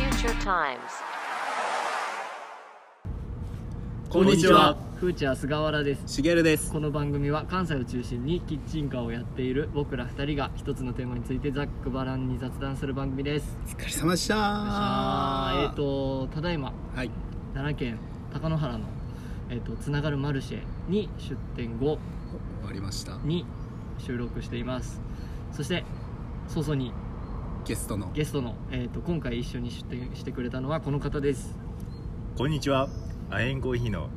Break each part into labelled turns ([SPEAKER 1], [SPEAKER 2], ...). [SPEAKER 1] times.
[SPEAKER 2] こんにちは
[SPEAKER 3] フーチャー菅原です
[SPEAKER 2] しげるです
[SPEAKER 3] この番組は関西を中心にキッチンカーをやっている僕ら2人が一つのテーマについてざっくばらんに雑談する番組です
[SPEAKER 2] お疲れ様でした
[SPEAKER 3] あーえっ、とただいま
[SPEAKER 2] はい
[SPEAKER 3] 奈良県高野原の、えー、とつながるマルシェに出店後
[SPEAKER 2] 終わりました
[SPEAKER 3] に収録していますそして早々に
[SPEAKER 2] ゲストの
[SPEAKER 3] ゲストの、えー、と今回一緒に出店してくれたのはこの方です
[SPEAKER 4] こんにちはアエンコーヒーの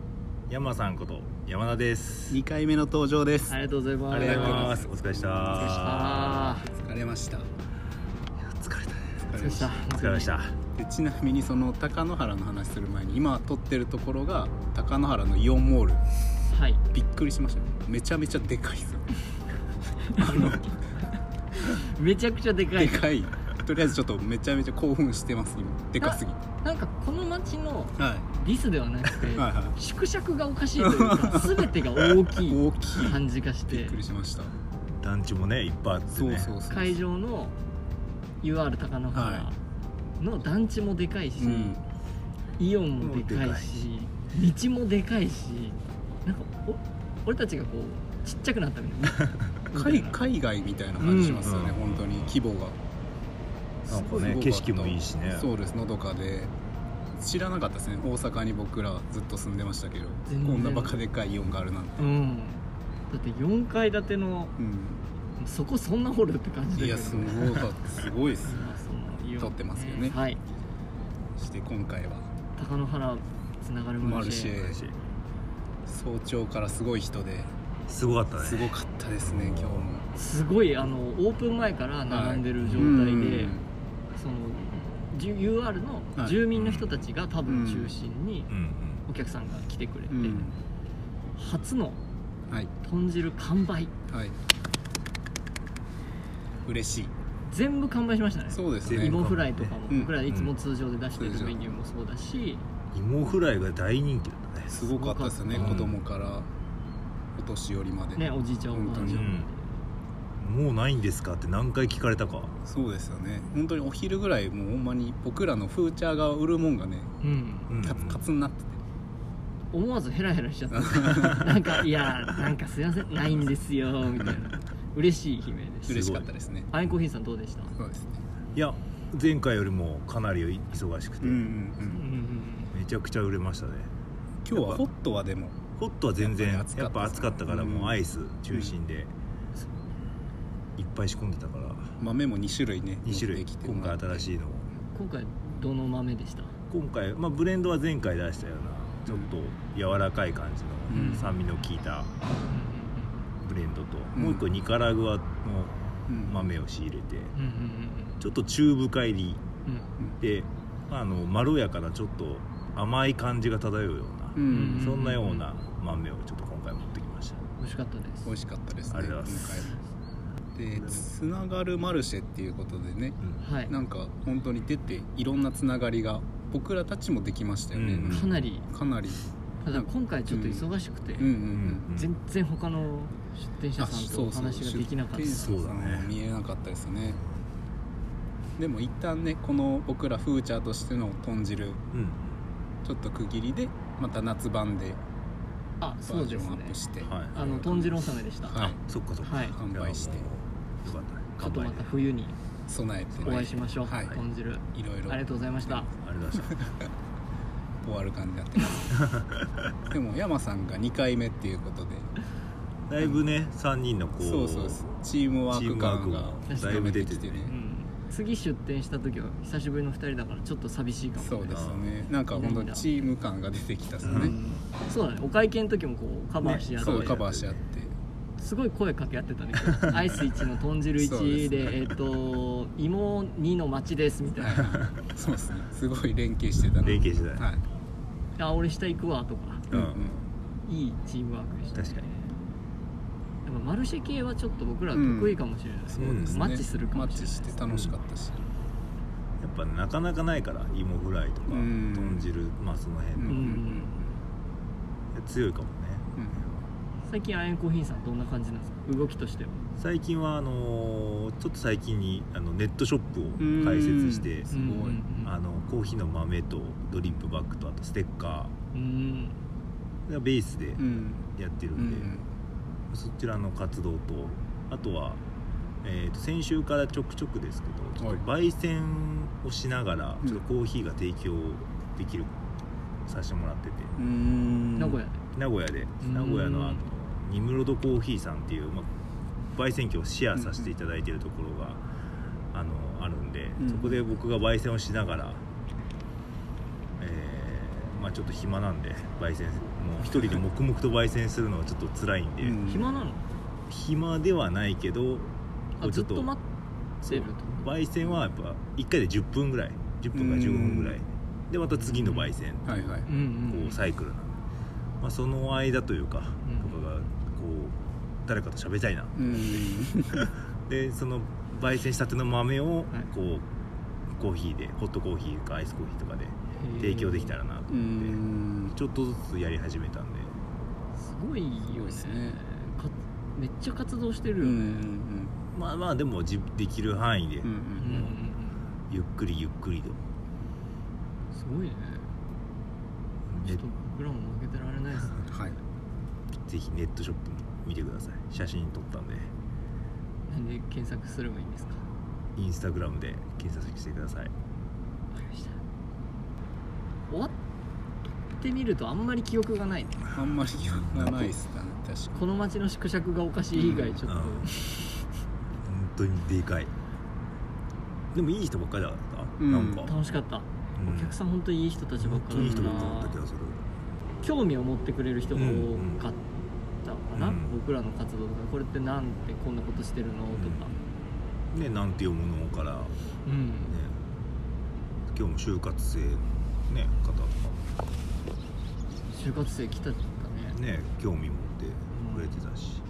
[SPEAKER 4] 山さんこと山田です
[SPEAKER 2] 2回目の登場です
[SPEAKER 3] ありがとうございます
[SPEAKER 4] ありがとうございますお疲れした
[SPEAKER 3] お疲れ様で
[SPEAKER 2] 疲れました
[SPEAKER 4] 疲れた
[SPEAKER 3] した
[SPEAKER 2] 疲れました
[SPEAKER 3] お疲れ様
[SPEAKER 4] 疲れま
[SPEAKER 3] で
[SPEAKER 4] し
[SPEAKER 3] した
[SPEAKER 4] た
[SPEAKER 2] でちなみにその貴乃原の話する前に今撮ってるところが貴乃原のイオンモール
[SPEAKER 3] はい
[SPEAKER 2] びっくりしましたねめちゃめちゃでかいですよ
[SPEAKER 3] めちゃくちゃでか
[SPEAKER 2] で
[SPEAKER 3] い
[SPEAKER 2] かいとりあえずちょっとめちゃめちゃ興奮してます今でかすぎて
[SPEAKER 3] なんかこの町の
[SPEAKER 2] は
[SPEAKER 3] ディスではなくて
[SPEAKER 2] いはいは
[SPEAKER 3] 縮尺がおかしいというか 全てが大き
[SPEAKER 2] い
[SPEAKER 3] い
[SPEAKER 2] 大きい
[SPEAKER 3] 感じがし
[SPEAKER 2] びってくりしました
[SPEAKER 4] 団地もねいっぱいあってね
[SPEAKER 2] そうそうそう
[SPEAKER 3] 会場の UR 高野
[SPEAKER 2] は
[SPEAKER 3] 原の団地もでかいし、
[SPEAKER 2] うん
[SPEAKER 3] イオンもでか
[SPEAKER 4] もうで
[SPEAKER 3] い
[SPEAKER 4] かい
[SPEAKER 3] し道もでかいしなんかお俺たちがこうちっちゃくなったみたい な
[SPEAKER 2] 海海外みたいな感じしますよね、
[SPEAKER 4] うん
[SPEAKER 2] 本当に規模が
[SPEAKER 4] なんかね
[SPEAKER 2] すごい
[SPEAKER 4] 景色もいいしね
[SPEAKER 2] そうですのどかで知らなかったですね大阪に僕らずっと住んでましたけどこ
[SPEAKER 3] 全然
[SPEAKER 2] んなバカでかいイオンがあるなんて、
[SPEAKER 3] うんだって4階建ての
[SPEAKER 2] うん、
[SPEAKER 3] そこそんなホールって感じだけど
[SPEAKER 2] いやすごかったすごいです
[SPEAKER 3] まあそのイオンね
[SPEAKER 2] 撮ってますよね
[SPEAKER 3] はい
[SPEAKER 2] そして今回は
[SPEAKER 3] 高野原つながるマ
[SPEAKER 2] マ
[SPEAKER 3] ル
[SPEAKER 2] ル
[SPEAKER 3] シ
[SPEAKER 2] シ
[SPEAKER 3] ェ
[SPEAKER 2] ェ早朝からすごい人です
[SPEAKER 4] ごかった
[SPEAKER 2] す
[SPEAKER 4] ね
[SPEAKER 2] ごかったですね今日も
[SPEAKER 3] すごいあのオープン前から並んでる状態で、そのじゅ UR
[SPEAKER 2] は
[SPEAKER 3] の
[SPEAKER 2] い
[SPEAKER 3] 住民の人たちが多分中心に
[SPEAKER 4] うんうん
[SPEAKER 3] お客さんが来てくれて、
[SPEAKER 2] うん、うん
[SPEAKER 3] 初の
[SPEAKER 2] はい
[SPEAKER 3] 豚汁完売
[SPEAKER 2] はい嬉しい
[SPEAKER 3] 全部完売しましたね
[SPEAKER 2] そうですね
[SPEAKER 4] 全部
[SPEAKER 3] 芋フライとかも、
[SPEAKER 2] うん
[SPEAKER 3] 僕らいつも通常で出してるメニューもそうだし、
[SPEAKER 4] 芋フライが大人気だったね
[SPEAKER 2] すごかったですね
[SPEAKER 4] うん
[SPEAKER 2] 子供からお年寄りまで、
[SPEAKER 3] ねおじいちゃんおばあちゃんまで、
[SPEAKER 4] 本もうないんですかって何回聞かれたか
[SPEAKER 2] そうですよね本当にお昼ぐらいもうほんまに僕らのフーチャーが売るもんがね
[SPEAKER 3] うん
[SPEAKER 4] うん
[SPEAKER 2] カツカツになってて
[SPEAKER 3] 思わずヘラヘラしちゃったなんかいやーなんかすいませんないんですよみたいな嬉しい悲鳴です
[SPEAKER 4] ごい
[SPEAKER 2] 嬉しかったですね
[SPEAKER 3] アイコーヒーさんどうでした
[SPEAKER 2] そうですね
[SPEAKER 4] いや前回よりもかなり忙しくて
[SPEAKER 2] うんうんう
[SPEAKER 3] う
[SPEAKER 4] め
[SPEAKER 3] んうんん
[SPEAKER 4] ちゃくちゃ売れましたね
[SPEAKER 2] 今日はホットはでも
[SPEAKER 4] ホットは全然
[SPEAKER 2] やっぱり暑かった
[SPEAKER 4] やっぱ暑かったから
[SPEAKER 2] うん
[SPEAKER 4] もうアイス中心で
[SPEAKER 3] そう
[SPEAKER 4] いっぱい仕込んでたから
[SPEAKER 2] 豆も2種類ね
[SPEAKER 4] 2種
[SPEAKER 2] 持
[SPEAKER 4] 類
[SPEAKER 2] ってきて
[SPEAKER 4] 今
[SPEAKER 2] もら
[SPEAKER 4] 回
[SPEAKER 2] って
[SPEAKER 4] 新しいのを
[SPEAKER 3] 今回どの豆でした
[SPEAKER 4] 今回、まあ、ブレンドは前回出したようなちょっと柔らかい感じ
[SPEAKER 2] うん
[SPEAKER 4] の酸味の効いたブレンドと、
[SPEAKER 2] うん
[SPEAKER 4] もう一個ニカラグアの
[SPEAKER 2] うん
[SPEAKER 4] 豆を仕入れて
[SPEAKER 3] うんうん
[SPEAKER 4] ちょっと中深入り
[SPEAKER 3] うん
[SPEAKER 4] であのまろやかなちょっと甘い感じが漂うよ
[SPEAKER 2] う
[SPEAKER 4] うな、
[SPEAKER 2] ん
[SPEAKER 4] そんなような豆をちょっと今回持ってきました
[SPEAKER 3] 美味しかったです
[SPEAKER 2] 美味しかったですね
[SPEAKER 4] ありがとうございます
[SPEAKER 2] 今回もでつながるマルシェっていうことでね
[SPEAKER 3] はい
[SPEAKER 2] なんか本当に出ていろんなつながりが僕らたちもできましたよね、
[SPEAKER 4] うん
[SPEAKER 3] かなり
[SPEAKER 2] かなり
[SPEAKER 3] ただ今回ちょっと忙しくて、
[SPEAKER 2] うんうん
[SPEAKER 4] うん
[SPEAKER 3] 全然他の出店者
[SPEAKER 2] あ
[SPEAKER 3] さん
[SPEAKER 2] そ
[SPEAKER 3] とお
[SPEAKER 2] うそう
[SPEAKER 3] 話ができなかったです
[SPEAKER 2] 出店者さんも見えなかったですねでも一旦ねこの僕らフーチャーとしての豚汁
[SPEAKER 4] うん
[SPEAKER 2] ちょっと区切りでまた夏版で
[SPEAKER 3] あ
[SPEAKER 2] バ
[SPEAKER 3] そう
[SPEAKER 2] ージ
[SPEAKER 3] で
[SPEAKER 2] ョ
[SPEAKER 3] す
[SPEAKER 2] ンア
[SPEAKER 3] ね
[SPEAKER 2] ップして、
[SPEAKER 4] はい
[SPEAKER 3] あの豚汁納めでした、
[SPEAKER 2] はい
[SPEAKER 4] そっかそっか、
[SPEAKER 3] はい
[SPEAKER 2] 販売して
[SPEAKER 4] よかったね
[SPEAKER 3] ちょっとま
[SPEAKER 4] 乾杯
[SPEAKER 3] た冬に
[SPEAKER 2] 備えて、ね、
[SPEAKER 3] お会いしましょう、
[SPEAKER 2] はい
[SPEAKER 3] 豚汁
[SPEAKER 2] いろいろ
[SPEAKER 3] ありがとうございました
[SPEAKER 4] ありがとうございまし
[SPEAKER 2] 終わる感じになってます でも山さんが2回目っていうことで
[SPEAKER 4] ただいぶね3人のこう
[SPEAKER 2] そうそうですチームワ
[SPEAKER 4] チ
[SPEAKER 2] ー
[SPEAKER 4] ー
[SPEAKER 2] ク
[SPEAKER 4] ムワー
[SPEAKER 2] 感
[SPEAKER 4] ク
[SPEAKER 2] が
[SPEAKER 4] がだいぶ出て
[SPEAKER 2] 出てきて
[SPEAKER 4] て
[SPEAKER 2] ね
[SPEAKER 4] ね
[SPEAKER 3] うん次出店した時は久しぶりの2人だからちょっと寂しいかもね
[SPEAKER 2] そうですねなんか本当チーム感が出てきたです
[SPEAKER 3] う
[SPEAKER 2] ね、
[SPEAKER 3] んそうだねお会計の時もこうカバーし合って、
[SPEAKER 2] そうカバーし合って
[SPEAKER 3] すごい声かけ合っ てたねアイス1の豚汁
[SPEAKER 2] そうで
[SPEAKER 3] 1
[SPEAKER 2] すね
[SPEAKER 3] でえっ、と芋2の町ですみた いな
[SPEAKER 2] そうですねすごい連携してたな
[SPEAKER 4] 連携してたね
[SPEAKER 2] はい
[SPEAKER 3] あ俺下行くわとか
[SPEAKER 4] うん、
[SPEAKER 3] いいチームワークでした、ね、
[SPEAKER 4] 確かに
[SPEAKER 3] やっぱマルシェ系はちょっと僕ら得意かもしれない、
[SPEAKER 2] そうですね
[SPEAKER 3] マッチするかもしれない
[SPEAKER 2] マッチして楽しかったし、
[SPEAKER 4] やっぱなかなかないから芋フライとか
[SPEAKER 2] うん
[SPEAKER 4] 豚汁まあその辺
[SPEAKER 2] う
[SPEAKER 4] の
[SPEAKER 2] ん
[SPEAKER 3] うん
[SPEAKER 4] 強いかもね
[SPEAKER 2] うん
[SPEAKER 3] 最近アイアンコーヒーさんどんな感じなんですか動きとしては
[SPEAKER 4] 最近はあのーちょっと最近にあのネットショップを開設して
[SPEAKER 2] すごい
[SPEAKER 3] うんうんうん
[SPEAKER 4] あのコーヒーの豆とドリップバッグとあとステッカ
[SPEAKER 3] うん
[SPEAKER 4] ーがベースで
[SPEAKER 2] うん
[SPEAKER 4] やってる
[SPEAKER 2] うん
[SPEAKER 4] で、
[SPEAKER 2] ん
[SPEAKER 4] そちらの活動とあとは、えーと先週からちょくちょくですけどちょっと焙煎をしながら
[SPEAKER 2] うん
[SPEAKER 4] ちょっとコーヒーが提供できる、させてもらってて
[SPEAKER 2] うーん
[SPEAKER 3] 名古屋で
[SPEAKER 4] 名古屋で
[SPEAKER 3] うん
[SPEAKER 4] 名古屋のあのニムロドコーヒーさんっていう、まあ、焙煎機をシェアさせていただいているところが、あのあるんで、
[SPEAKER 2] うん
[SPEAKER 4] そこで僕が焙煎をしながら、えーまあ、ちょっと暇なんで焙煎もう一人で黙々と焙煎するのはちょっと辛いんで、
[SPEAKER 2] うん
[SPEAKER 3] 暇なの
[SPEAKER 4] 暇ではないけどこ
[SPEAKER 3] あ
[SPEAKER 4] う
[SPEAKER 3] ずっと待ってるってこと
[SPEAKER 4] そう焙煎はやっぱ1回で10分ぐらい10分から15分ぐらいでまた次の焙煎
[SPEAKER 2] はいはい
[SPEAKER 3] うんうん
[SPEAKER 4] こうサイクルな、まあ、その間というか、
[SPEAKER 3] うん
[SPEAKER 4] とかがこう誰かと喋りたいな
[SPEAKER 2] うん
[SPEAKER 4] でその焙煎したての豆を
[SPEAKER 3] はい
[SPEAKER 4] こう、コーヒーでホットコーヒーかアイスコーヒーとかで
[SPEAKER 3] へー
[SPEAKER 4] 提供できたらなと
[SPEAKER 2] う
[SPEAKER 4] 思って、
[SPEAKER 2] ん
[SPEAKER 4] ちょっとずつやり始めたんです
[SPEAKER 3] ごい
[SPEAKER 2] す
[SPEAKER 3] よ
[SPEAKER 2] ごい
[SPEAKER 3] ね
[SPEAKER 2] ですね
[SPEAKER 3] かめっちゃ活動してる
[SPEAKER 2] う
[SPEAKER 3] よ
[SPEAKER 2] ん
[SPEAKER 3] ね、
[SPEAKER 4] まあまあでもじできる範囲で、
[SPEAKER 2] うんうんう
[SPEAKER 3] うん
[SPEAKER 2] ん
[SPEAKER 3] うん
[SPEAKER 4] ゆっくりゆっくりと
[SPEAKER 3] うんすごいねちょ
[SPEAKER 4] ね
[SPEAKER 3] っと僕らも負けてられないです ね
[SPEAKER 2] はい
[SPEAKER 4] ぜひネットショップも見てください写真撮ったんで
[SPEAKER 3] なんで検索すればいいんですかわ
[SPEAKER 4] インスタグラムで検索してください
[SPEAKER 3] かりました終わってみるとあんまり記憶がないね
[SPEAKER 2] あんまり記憶がないですかね確か
[SPEAKER 3] この街の縮尺がおかしい以外ちょっと、
[SPEAKER 4] うん 本当にでかいでもいい人ばっかりだった、
[SPEAKER 2] うん
[SPEAKER 4] なんか、
[SPEAKER 3] 楽しかった
[SPEAKER 4] うん
[SPEAKER 3] お客さん本当にいい人たちばっか
[SPEAKER 4] 本当
[SPEAKER 3] り
[SPEAKER 4] にいい
[SPEAKER 3] だ
[SPEAKER 4] 人
[SPEAKER 3] な
[SPEAKER 4] ばっかりだった気がする
[SPEAKER 3] 興味を持ってくれる人が多かったかな、
[SPEAKER 4] うんうん
[SPEAKER 3] 僕らの活動がこれってなんてこんなことしてるのとか
[SPEAKER 4] ねなんていうものからね
[SPEAKER 3] うん、
[SPEAKER 4] 今日も就活生のね方とか
[SPEAKER 3] 就活生来たったね
[SPEAKER 4] もね興味持ってくれてたし、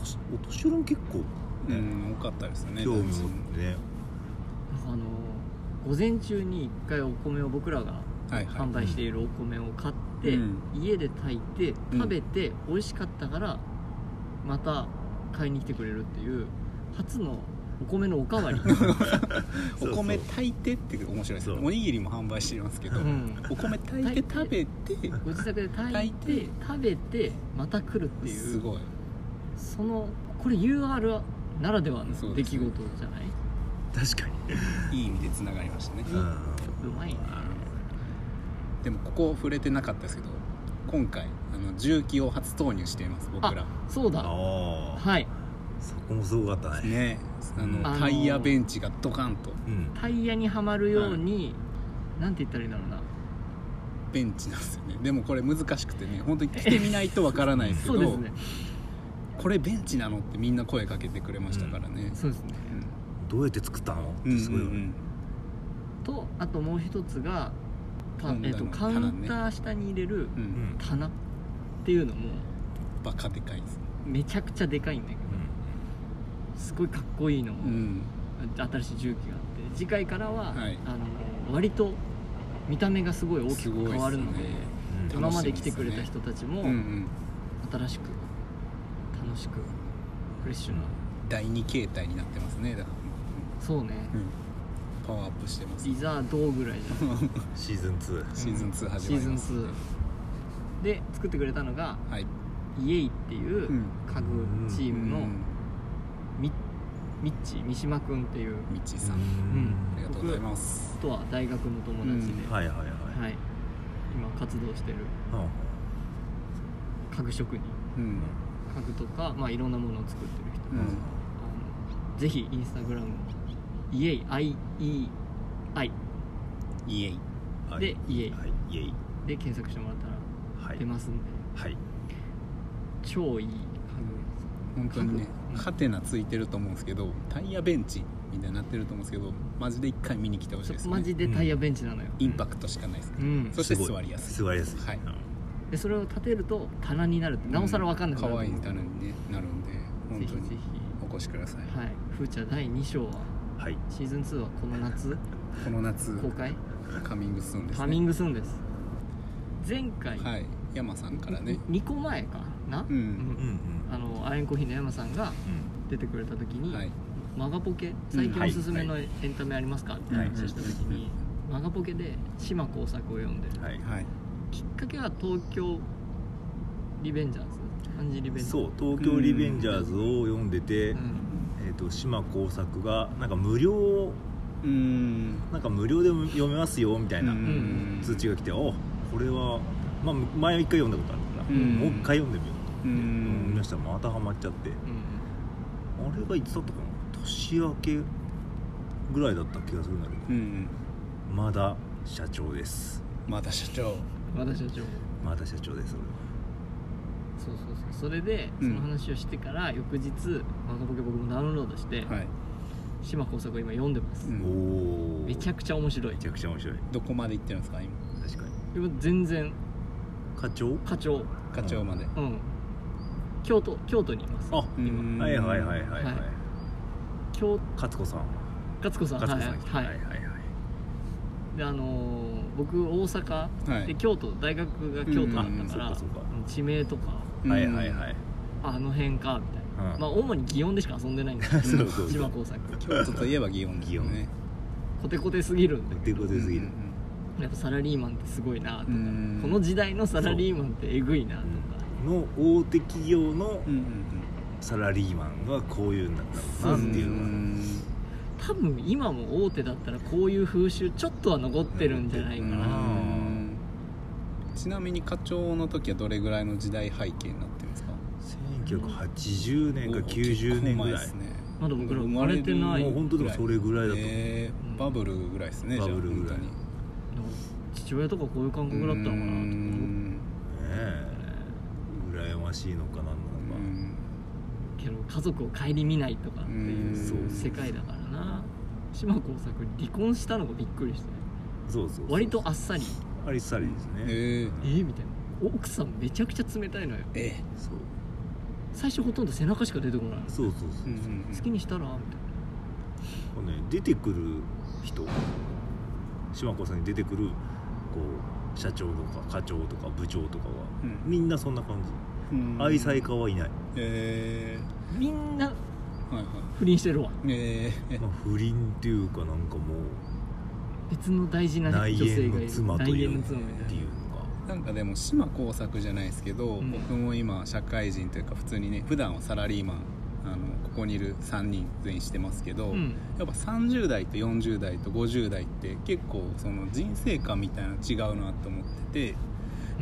[SPEAKER 4] 年お年寄りも結構
[SPEAKER 2] う
[SPEAKER 4] ね、
[SPEAKER 2] ん多かったですよね
[SPEAKER 4] 興味持ってね
[SPEAKER 3] なんかあの午前中に1回お米を僕らが
[SPEAKER 2] はいはい
[SPEAKER 3] 販売しているお米を買
[SPEAKER 2] う
[SPEAKER 3] って、
[SPEAKER 2] ん
[SPEAKER 3] 家で炊いて
[SPEAKER 2] うん
[SPEAKER 3] 食べて美味しかったからまた買いに来てくれるっていう初のお米のおか わり、
[SPEAKER 2] お
[SPEAKER 4] そうそう
[SPEAKER 2] 米炊いてって面白いですね
[SPEAKER 4] そう
[SPEAKER 2] おにぎりも販売してますけど
[SPEAKER 3] うん
[SPEAKER 2] お米炊いて食べて
[SPEAKER 3] ご自宅で炊いて
[SPEAKER 2] 炊いて
[SPEAKER 3] 食べてまた来るっていう
[SPEAKER 2] すごい
[SPEAKER 3] そのこれ UR ならでは
[SPEAKER 2] そ
[SPEAKER 3] の
[SPEAKER 2] う
[SPEAKER 3] 出
[SPEAKER 2] で
[SPEAKER 3] 来
[SPEAKER 2] す
[SPEAKER 3] 事
[SPEAKER 2] ね
[SPEAKER 3] じゃない
[SPEAKER 4] 確かに、
[SPEAKER 2] いい意味でつながりましたね
[SPEAKER 4] うん、
[SPEAKER 3] うまいね
[SPEAKER 2] でもここ触れてなかったですけど今回あの重機を初投入しています僕ら
[SPEAKER 3] そうだ
[SPEAKER 4] ああ
[SPEAKER 3] はい
[SPEAKER 4] そこもすごかったね
[SPEAKER 2] ねあの、
[SPEAKER 3] あのー
[SPEAKER 2] タイヤベンチがドカンと
[SPEAKER 4] うん
[SPEAKER 3] タイヤにはまるように、なんて言ったらいいんだろうな
[SPEAKER 2] ベンチなんですよねでもこれ難しくてね本当に来てみないとわからないですけ
[SPEAKER 3] そ
[SPEAKER 2] ど
[SPEAKER 3] うですね
[SPEAKER 2] これベンチなのってみんな声かけてくれましたからね、
[SPEAKER 3] そうですね
[SPEAKER 4] どうやって作ったのっ
[SPEAKER 2] うん
[SPEAKER 4] てすごいよね、
[SPEAKER 2] うん
[SPEAKER 3] とあともう一つがた
[SPEAKER 2] 本
[SPEAKER 3] え
[SPEAKER 2] 棚
[SPEAKER 3] っと
[SPEAKER 2] の
[SPEAKER 3] カウ
[SPEAKER 2] 棚
[SPEAKER 3] ン
[SPEAKER 2] ね
[SPEAKER 3] ター下に入れる
[SPEAKER 2] うんうん
[SPEAKER 4] うん
[SPEAKER 3] 棚っていうのも
[SPEAKER 2] バカでかいです、
[SPEAKER 3] めちゃくちゃでかいんだけどすごいかっこいいの
[SPEAKER 2] う
[SPEAKER 3] も
[SPEAKER 2] ん、
[SPEAKER 3] 新しい重機があって次回からは、
[SPEAKER 2] はい
[SPEAKER 3] あの割と見た目がすごい大き
[SPEAKER 2] す
[SPEAKER 3] く
[SPEAKER 2] ごいっすね
[SPEAKER 3] 変わるので
[SPEAKER 4] う
[SPEAKER 2] 楽しみですね
[SPEAKER 4] ん
[SPEAKER 3] 今まで来てくれた人たちも
[SPEAKER 2] うんうん
[SPEAKER 3] 新しく楽しくフレッシュな
[SPEAKER 2] 第二形態になってますねだか
[SPEAKER 3] そうね
[SPEAKER 2] ら、パワーアップしてます
[SPEAKER 3] いざどうぐらいじゃない
[SPEAKER 4] シーズン2
[SPEAKER 2] シーズン2始
[SPEAKER 3] シ
[SPEAKER 2] ま
[SPEAKER 3] ー
[SPEAKER 2] り
[SPEAKER 3] ズン
[SPEAKER 2] ます
[SPEAKER 3] 2で作ってくれたのが
[SPEAKER 2] はい
[SPEAKER 3] イエイっていう
[SPEAKER 2] うん
[SPEAKER 3] 家具チーム
[SPEAKER 2] う
[SPEAKER 3] の
[SPEAKER 2] ん
[SPEAKER 3] ミッミッチ三島くんっていう
[SPEAKER 2] みっちーさん、
[SPEAKER 3] ん
[SPEAKER 2] ありがとうございます
[SPEAKER 3] とは大学の友達で、
[SPEAKER 2] うん
[SPEAKER 4] はいはいはい、
[SPEAKER 3] はい、今活動してる家具職人
[SPEAKER 2] うん
[SPEAKER 3] 家具とか、まあ、いろんなものを作ってる人、
[SPEAKER 2] うん
[SPEAKER 3] あのぜひインスタグラムイエイ IEI
[SPEAKER 2] イエイ
[SPEAKER 4] うんはい、
[SPEAKER 3] でイエイ
[SPEAKER 4] はいイエイ
[SPEAKER 3] で検索してもらったら
[SPEAKER 4] はい
[SPEAKER 3] 出ますんで、
[SPEAKER 4] はい
[SPEAKER 3] 超いい家
[SPEAKER 2] 本当にね
[SPEAKER 3] 家具
[SPEAKER 2] ハテナついてると思うんですけどタイヤベンチみたいになってると思うんですけどマジで一回見に来てほしい
[SPEAKER 3] 具
[SPEAKER 2] で
[SPEAKER 3] ですす
[SPEAKER 2] ね
[SPEAKER 3] マジでタイヤベンチなのよ、
[SPEAKER 2] インパクトしかないですね、
[SPEAKER 3] うん
[SPEAKER 2] そして座りやすい
[SPEAKER 4] 座りやすい
[SPEAKER 2] はい
[SPEAKER 3] でそれを立てると棚になるってなおさら分かんなくなる
[SPEAKER 2] 可愛い
[SPEAKER 3] ぜ
[SPEAKER 2] 棚にねなるんで本
[SPEAKER 3] ひ
[SPEAKER 2] 当
[SPEAKER 3] ぜ
[SPEAKER 2] に
[SPEAKER 3] ひ
[SPEAKER 2] お越しください、
[SPEAKER 3] はい「フーチャー第2章は
[SPEAKER 4] はい
[SPEAKER 3] シーズン2はこの夏
[SPEAKER 2] この夏
[SPEAKER 3] 公開
[SPEAKER 2] カミングスーンです、ね、
[SPEAKER 3] カミングスーンです前回
[SPEAKER 2] はい山さんからね
[SPEAKER 3] 2個前かな、
[SPEAKER 2] うん
[SPEAKER 4] うんうん
[SPEAKER 3] あのアインコーヒーの山さんが
[SPEAKER 4] う
[SPEAKER 3] 出てくれた時に、
[SPEAKER 2] はい
[SPEAKER 3] マガポケ最近おすすめのエンタメありますか、って
[SPEAKER 2] はい
[SPEAKER 3] 話した時に、マガポケで島耕作を読んでる
[SPEAKER 4] んはい
[SPEAKER 2] はい
[SPEAKER 3] きっかけは東京リベンジャーズ漢字リベンジャーズ
[SPEAKER 4] そう「東京リベンジャーズ」を読んでて、
[SPEAKER 3] うん
[SPEAKER 4] えー、と島耕作がなんか無料
[SPEAKER 2] うーん
[SPEAKER 4] なんか無料で読めますよみたいな
[SPEAKER 2] うん
[SPEAKER 4] 通知が来て、おこれは、まあ、前は一回読んだことあるから、
[SPEAKER 2] うん
[SPEAKER 4] もう一回読んでみよう
[SPEAKER 2] う
[SPEAKER 4] と思いま
[SPEAKER 2] ん
[SPEAKER 4] したまたハマっちゃって
[SPEAKER 3] うん
[SPEAKER 4] あれがいつだったかな年明けぐらいだった気がするんだけど、
[SPEAKER 2] うん
[SPEAKER 4] まだ社長です
[SPEAKER 2] また社長
[SPEAKER 3] 私たちも
[SPEAKER 4] まだ社長です俺は
[SPEAKER 3] そうそうそうそれで
[SPEAKER 2] う
[SPEAKER 3] そ
[SPEAKER 2] ん
[SPEAKER 3] の話をしてから翌日マガポケ僕もダウンロードして、
[SPEAKER 2] はい
[SPEAKER 3] 島耕作を今読んでます、
[SPEAKER 2] うん
[SPEAKER 4] おお
[SPEAKER 3] めちゃ
[SPEAKER 4] く
[SPEAKER 3] くちゃ面白い
[SPEAKER 4] めちゃくちゃ面白い
[SPEAKER 2] どこまで行ってるんですか今
[SPEAKER 4] 確かに
[SPEAKER 3] でも全然
[SPEAKER 4] 課長
[SPEAKER 3] 課長
[SPEAKER 2] 課長まで
[SPEAKER 3] うん京都京都にいます
[SPEAKER 4] あ
[SPEAKER 2] うん
[SPEAKER 4] はいはいはいはいはい、
[SPEAKER 3] はい京
[SPEAKER 4] 勝子さん
[SPEAKER 3] 勝子さん
[SPEAKER 4] 勝子さん来て
[SPEAKER 3] はい、
[SPEAKER 4] は
[SPEAKER 3] はいい
[SPEAKER 4] はいはい
[SPEAKER 3] であのー僕大阪
[SPEAKER 2] はい
[SPEAKER 3] で京都大学が京都だったから、
[SPEAKER 4] うんうんそうかそうか
[SPEAKER 3] 地名とか
[SPEAKER 4] はいはいはいい、
[SPEAKER 3] あの辺かみたいな、
[SPEAKER 4] うん
[SPEAKER 3] まあ主に祇園でしか遊んでないんですけ
[SPEAKER 4] そう
[SPEAKER 3] ど
[SPEAKER 4] そうそう
[SPEAKER 3] 島耕作
[SPEAKER 2] 京都といえば祇園ですよね
[SPEAKER 3] コテコテすぎるんだ
[SPEAKER 4] っ
[SPEAKER 3] け
[SPEAKER 4] ていうことすぎる、
[SPEAKER 3] どやっぱサラリーマンってすごいなとか、
[SPEAKER 2] うん
[SPEAKER 3] この時代のサラリーマンってえぐいなとか、
[SPEAKER 4] の大手企業の
[SPEAKER 2] うんうんうん
[SPEAKER 4] サラリーマンはこういうんだった
[SPEAKER 3] そ
[SPEAKER 4] の
[SPEAKER 3] う
[SPEAKER 4] かなっていうのが
[SPEAKER 3] 多分今も大手だったらこういう風習ちょっとは残ってるんじゃないか
[SPEAKER 2] う
[SPEAKER 3] な、
[SPEAKER 2] んちなみに課長の時はどれぐらいの時代背景になってるんですか
[SPEAKER 4] 1980年か
[SPEAKER 2] お
[SPEAKER 4] 90年ぐ
[SPEAKER 2] 結構
[SPEAKER 4] らい
[SPEAKER 2] 前ですね
[SPEAKER 3] まだ僕ら生まれてない
[SPEAKER 4] もう本当でもそれぐらいだと思う、
[SPEAKER 2] えーバブルぐらいですねじゃあ
[SPEAKER 4] バブルぐら
[SPEAKER 2] 本
[SPEAKER 4] い
[SPEAKER 3] でも父親とかこういう感
[SPEAKER 2] 当に
[SPEAKER 3] 覚だったのかなとか思っ
[SPEAKER 2] うん
[SPEAKER 4] ねえ羨ましいのかなんなのか、
[SPEAKER 2] うん
[SPEAKER 3] たけど家族を顧みないとかってい
[SPEAKER 2] う
[SPEAKER 3] う
[SPEAKER 2] ん
[SPEAKER 3] 世界だからな島耕作離婚したのがびっくりして
[SPEAKER 4] そうそうそう
[SPEAKER 3] 割とあっさり
[SPEAKER 4] ありっさりですね
[SPEAKER 2] へえ
[SPEAKER 3] えーみたいな奥さんめちゃくちゃ冷たいのよ
[SPEAKER 2] え
[SPEAKER 4] そう
[SPEAKER 3] 最初ほとんど背中しか出てこない
[SPEAKER 4] そうそうそう
[SPEAKER 2] うんうんうん
[SPEAKER 3] 好きにしたらみ
[SPEAKER 4] こうね出てくる人島子さんに出たいに出てくるこう社長とか課長とか部長とかは
[SPEAKER 2] うん
[SPEAKER 4] みんなそんな感じ、
[SPEAKER 2] うん
[SPEAKER 4] 愛妻家はいない、
[SPEAKER 2] え
[SPEAKER 3] たいなみんな
[SPEAKER 2] ーはいは
[SPEAKER 3] 不倫してるわ
[SPEAKER 2] いえー
[SPEAKER 4] まあ、不倫っていうかなんかもう
[SPEAKER 3] 別の大事な女
[SPEAKER 4] 内
[SPEAKER 3] 性
[SPEAKER 4] 縁
[SPEAKER 3] がい
[SPEAKER 4] の
[SPEAKER 3] る
[SPEAKER 4] 妻と
[SPEAKER 3] 内
[SPEAKER 4] いう
[SPEAKER 3] 縁の
[SPEAKER 4] ってい
[SPEAKER 3] 妻
[SPEAKER 4] う
[SPEAKER 3] みたいな
[SPEAKER 4] のが
[SPEAKER 2] なんかでも島耕作じゃないですけど、
[SPEAKER 3] うん
[SPEAKER 2] 僕も今社会人というか普通にね普段はサラリーマンあのここにいる3人全員してますけど、
[SPEAKER 3] うん
[SPEAKER 2] やっぱ30代と40代と50代って結構その人生観みたいなの違うなと思ってて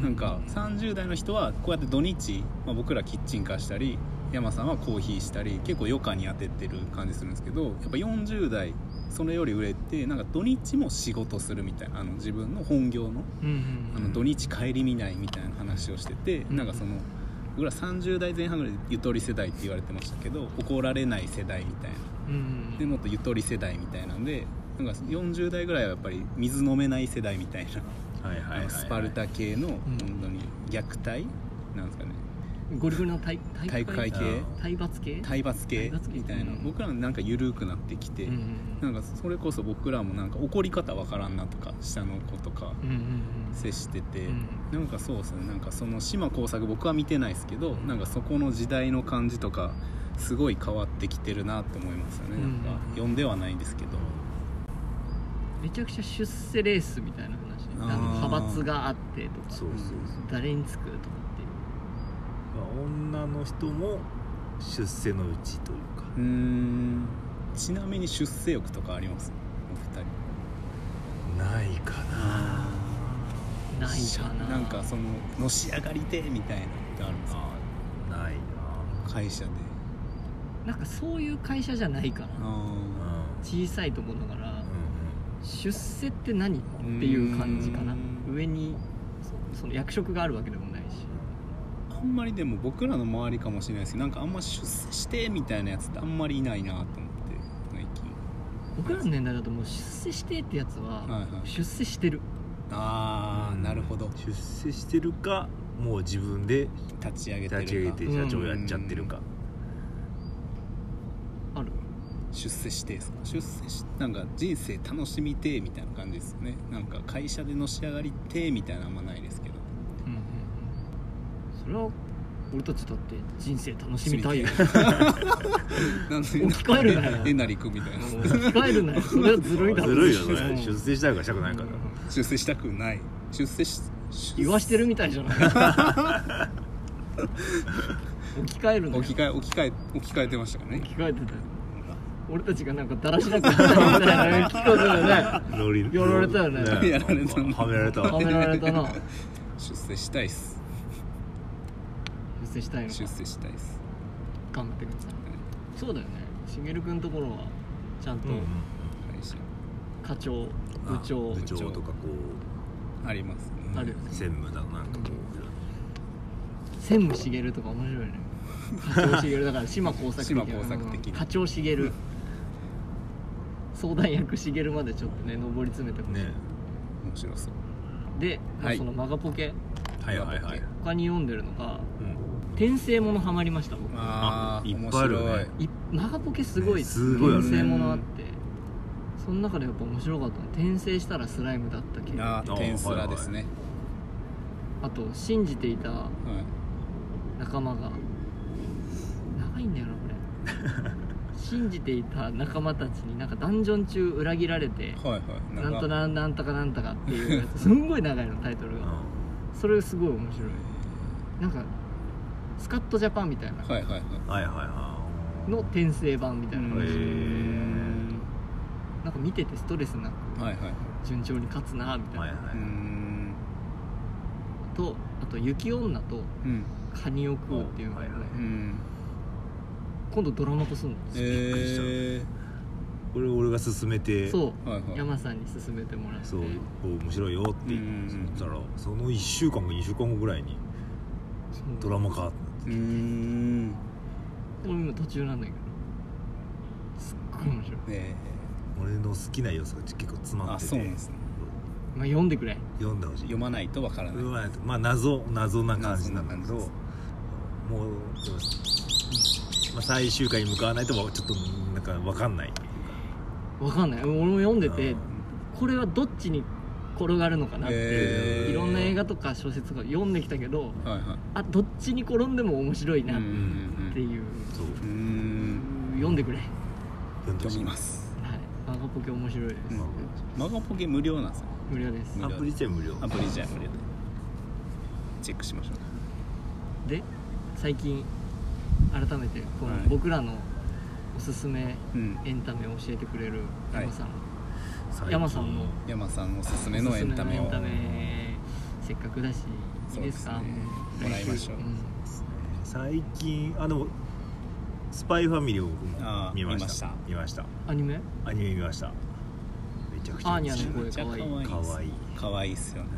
[SPEAKER 2] なんか30代の人はこうやって土日、まあ、僕らキッチンカーしたり山さんはコーヒーしたり結構余暇に当ててる感じするんですけどやっぱ40代それより売れてなんか土日も仕事するみたいなあの自分の本業の
[SPEAKER 3] うん
[SPEAKER 2] あ
[SPEAKER 3] うん
[SPEAKER 2] の土日帰り見ないみたいな話をしてて、
[SPEAKER 3] ん
[SPEAKER 2] なんかその僕ら30代前半ぐらいでゆとり世代って言われてましたけど怒られない世代みたいな
[SPEAKER 3] うん
[SPEAKER 2] でもっとゆとり世代みたいなんでなんか40代ぐらいはやっぱり水飲めない世代みたいな、
[SPEAKER 4] はいはいはい、
[SPEAKER 2] あのスパルタ系の
[SPEAKER 3] うん
[SPEAKER 2] 本当に虐待、なんですかね
[SPEAKER 3] ゴリゴリの体体
[SPEAKER 2] 体
[SPEAKER 3] 育
[SPEAKER 2] 育会
[SPEAKER 3] 会
[SPEAKER 2] 系
[SPEAKER 3] 体罰系
[SPEAKER 2] 体罰系
[SPEAKER 3] 体罰系
[SPEAKER 2] みたいな、
[SPEAKER 3] うん
[SPEAKER 2] 僕らなんか緩くなってきて、
[SPEAKER 3] うんうん
[SPEAKER 2] なんかそれこそ僕らもなんか怒り方わからんなとか下の子とか
[SPEAKER 3] うんうん
[SPEAKER 2] 接してて。
[SPEAKER 3] うんうん
[SPEAKER 2] なんかそうですねなんかその島耕作僕は見てないですけどなんかそこの時代の感じとかすごい変わってきてるなって思いますよね、
[SPEAKER 3] うん
[SPEAKER 2] なんか読んではないんですけど
[SPEAKER 3] めちゃくちゃ出世レースみたいな話
[SPEAKER 2] あー
[SPEAKER 3] なんか派閥があってとか
[SPEAKER 4] そうそうそう
[SPEAKER 3] 誰につくとかっていう
[SPEAKER 4] まあ女の人も出世のうちというか
[SPEAKER 2] うーんちなみに出世欲とかありますお二人
[SPEAKER 4] ないかな
[SPEAKER 3] ない
[SPEAKER 2] しゃ
[SPEAKER 3] かな
[SPEAKER 2] なんかそののし上がりてえみたいなのってあるんですか
[SPEAKER 4] あない
[SPEAKER 2] 会社で
[SPEAKER 3] なんかそういう会社じゃないかな
[SPEAKER 2] あ
[SPEAKER 4] な
[SPEAKER 2] あ
[SPEAKER 3] 小さいとこだから
[SPEAKER 4] うん
[SPEAKER 3] 出世って何っていう感じかな
[SPEAKER 2] うん
[SPEAKER 3] 上にそその役職があるわけでもないし
[SPEAKER 2] あんまりでも僕らの周りかもしれないですけどなんかあんま出世してみたいなやつってあんまりいないなと思って最近
[SPEAKER 3] 僕らの年代だともう出世してってやつ
[SPEAKER 2] はい
[SPEAKER 3] は
[SPEAKER 2] はい
[SPEAKER 3] 出世してる
[SPEAKER 2] ああ、
[SPEAKER 4] うん
[SPEAKER 2] なるほど
[SPEAKER 4] 出世してるかもう自分で
[SPEAKER 2] 立ち上げてる
[SPEAKER 4] 立ち上げて
[SPEAKER 3] る
[SPEAKER 4] 社長やっちゃってるか、
[SPEAKER 3] ある
[SPEAKER 2] 出世してですか出世しなんか人生楽しみてえみたいな感じですよねなんか会社でのし上がりてえみたいなのあんまないですけど
[SPEAKER 3] うんうんうんそれは俺たちだって人生楽しみたいよ
[SPEAKER 2] なんで
[SPEAKER 3] 置き換えるなよ
[SPEAKER 2] えなりくんみたいな
[SPEAKER 3] もう控えるなよそれはずるいだろ
[SPEAKER 4] ずるいよね
[SPEAKER 3] うん
[SPEAKER 4] 出世したいからしたくないから、
[SPEAKER 2] 出世したくない出世し出
[SPEAKER 3] 言わしてるみたいじゃない置き換えるの
[SPEAKER 2] 置き換え置き換え置き換えてましたからね
[SPEAKER 3] 置き換えてたよ俺たちがなんかだらしなくなったみたいな聞こえた よね
[SPEAKER 4] ロリ
[SPEAKER 3] やられたよね
[SPEAKER 2] やられた
[SPEAKER 4] はめられた
[SPEAKER 3] はめられたな
[SPEAKER 2] 出世したいっす
[SPEAKER 3] 出世したいのか
[SPEAKER 2] 出世したいっす
[SPEAKER 3] 頑張ってくださいそうだよねしげるくんところはちゃんと
[SPEAKER 4] うん
[SPEAKER 2] 配信
[SPEAKER 3] 課長、部長
[SPEAKER 4] あ部長とかこ
[SPEAKER 2] ありますね
[SPEAKER 3] あるよね
[SPEAKER 4] う専務だなんかこ
[SPEAKER 3] 専務しげるとか面白いね課長しげるだから島工作的な
[SPEAKER 2] 島工作的
[SPEAKER 3] うん課長しげる相談役しげるまでちょっとね上り詰めて
[SPEAKER 4] う
[SPEAKER 3] も
[SPEAKER 4] ね
[SPEAKER 2] 面白そう
[SPEAKER 3] で、
[SPEAKER 2] はい
[SPEAKER 3] そのマガポケ
[SPEAKER 4] はいはいはい、
[SPEAKER 3] 他に読んでるのが
[SPEAKER 4] うん、
[SPEAKER 3] 転生ものハマりました僕
[SPEAKER 2] あー
[SPEAKER 4] いっぱいあるよね
[SPEAKER 2] 面白い
[SPEAKER 3] いマガポケすごい
[SPEAKER 4] ねすごいあるね
[SPEAKER 3] 転生ものあってその中でやっぱ面白かったの転生したらスライムだったけど
[SPEAKER 2] あ
[SPEAKER 4] あ
[SPEAKER 2] ーテンスラですね
[SPEAKER 3] あと信じていた
[SPEAKER 2] はい
[SPEAKER 3] 仲間が長いんだよなこれ 信じていた仲間たちになんかダンジョン中裏切られて
[SPEAKER 2] はいはい
[SPEAKER 3] なんと
[SPEAKER 2] か
[SPEAKER 3] なんなんとかなんとかっていう やつすんごい長いのタイトルがそれすごい面白いなんかスカットジャパンみたいな
[SPEAKER 2] はいはいはい
[SPEAKER 4] はいはいはい
[SPEAKER 3] の転生版みたいな
[SPEAKER 4] へ
[SPEAKER 3] 感じ
[SPEAKER 4] ー
[SPEAKER 3] なんか見ててストレスなく
[SPEAKER 2] はいはい
[SPEAKER 3] 順調に勝つなみたいな、
[SPEAKER 4] はいは
[SPEAKER 2] うー
[SPEAKER 4] い
[SPEAKER 2] ん
[SPEAKER 3] とあと雪女と
[SPEAKER 2] うん
[SPEAKER 3] カニを食うっていうのがね、
[SPEAKER 4] はいはい
[SPEAKER 2] うん
[SPEAKER 3] 今度ドラマ化するの
[SPEAKER 2] え
[SPEAKER 4] これ俺が勧めて
[SPEAKER 3] そう、
[SPEAKER 2] ーはいはい
[SPEAKER 3] 山さんに勧めてもらって
[SPEAKER 4] そうこう面白いよって言
[SPEAKER 2] うん
[SPEAKER 4] ったらその1週間か2週間後ぐらいに
[SPEAKER 3] そう
[SPEAKER 4] ドラマ化
[SPEAKER 2] うーんね
[SPEAKER 3] 俺今途中なんだけどすっごい面白い、
[SPEAKER 2] え
[SPEAKER 4] 俺の好きな要素が結構詰ま
[SPEAKER 2] あ
[SPEAKER 4] って
[SPEAKER 2] そうなん
[SPEAKER 4] て
[SPEAKER 2] ですね
[SPEAKER 3] まあ、読んでくれ
[SPEAKER 4] 読んだほしい
[SPEAKER 2] 読まないとわからないう
[SPEAKER 4] まいまあ謎謎な感じなんだけ
[SPEAKER 2] 謎
[SPEAKER 4] ど
[SPEAKER 2] な感じで
[SPEAKER 4] も
[SPEAKER 2] す
[SPEAKER 4] う、まあ、最終回に向かわないとちょっとなんか分かんない
[SPEAKER 3] わかんない俺も読んでて
[SPEAKER 4] うん
[SPEAKER 3] これはどっちに転がるのかなっていう、
[SPEAKER 2] へー
[SPEAKER 3] いろんな映画とか小説とか読んできたけど
[SPEAKER 2] はいはい
[SPEAKER 3] あどっちに転んでも面白いな
[SPEAKER 2] う
[SPEAKER 3] っ
[SPEAKER 2] ん
[SPEAKER 3] ていう、
[SPEAKER 4] そう
[SPEAKER 2] うんうんうん
[SPEAKER 3] 読んでくれ、は
[SPEAKER 4] 読んで
[SPEAKER 2] 読
[SPEAKER 4] ほし
[SPEAKER 2] み
[SPEAKER 4] い
[SPEAKER 2] ます
[SPEAKER 3] い、マガポケ面白いです、
[SPEAKER 2] うんマガポケ無料なんですよ
[SPEAKER 3] 無料です
[SPEAKER 4] アプリじゃ無料
[SPEAKER 2] アプリじゃ無料でチェックしましょう
[SPEAKER 3] で最近改めてこの
[SPEAKER 2] はい
[SPEAKER 3] 僕らのおすすめ
[SPEAKER 2] うん
[SPEAKER 3] エンタメを教えてくれる
[SPEAKER 2] はい
[SPEAKER 3] 山さん、
[SPEAKER 4] 最近
[SPEAKER 3] 山さんの
[SPEAKER 2] 山さんおすすめのエンタメを
[SPEAKER 3] おすすめのエンタメせっかくだしいいですか
[SPEAKER 2] そうですねもらいましょうん
[SPEAKER 4] 最近あでもスパイファミリーを僕
[SPEAKER 2] あー
[SPEAKER 4] も見ました見ました
[SPEAKER 3] アニメ
[SPEAKER 4] アニメ見ましためちゃくちゃ
[SPEAKER 3] アーニャの
[SPEAKER 2] め
[SPEAKER 3] 声
[SPEAKER 2] っちゃ
[SPEAKER 3] か
[SPEAKER 2] 可
[SPEAKER 3] わいい
[SPEAKER 2] 愛い
[SPEAKER 4] かわいい
[SPEAKER 2] 可愛いっすよね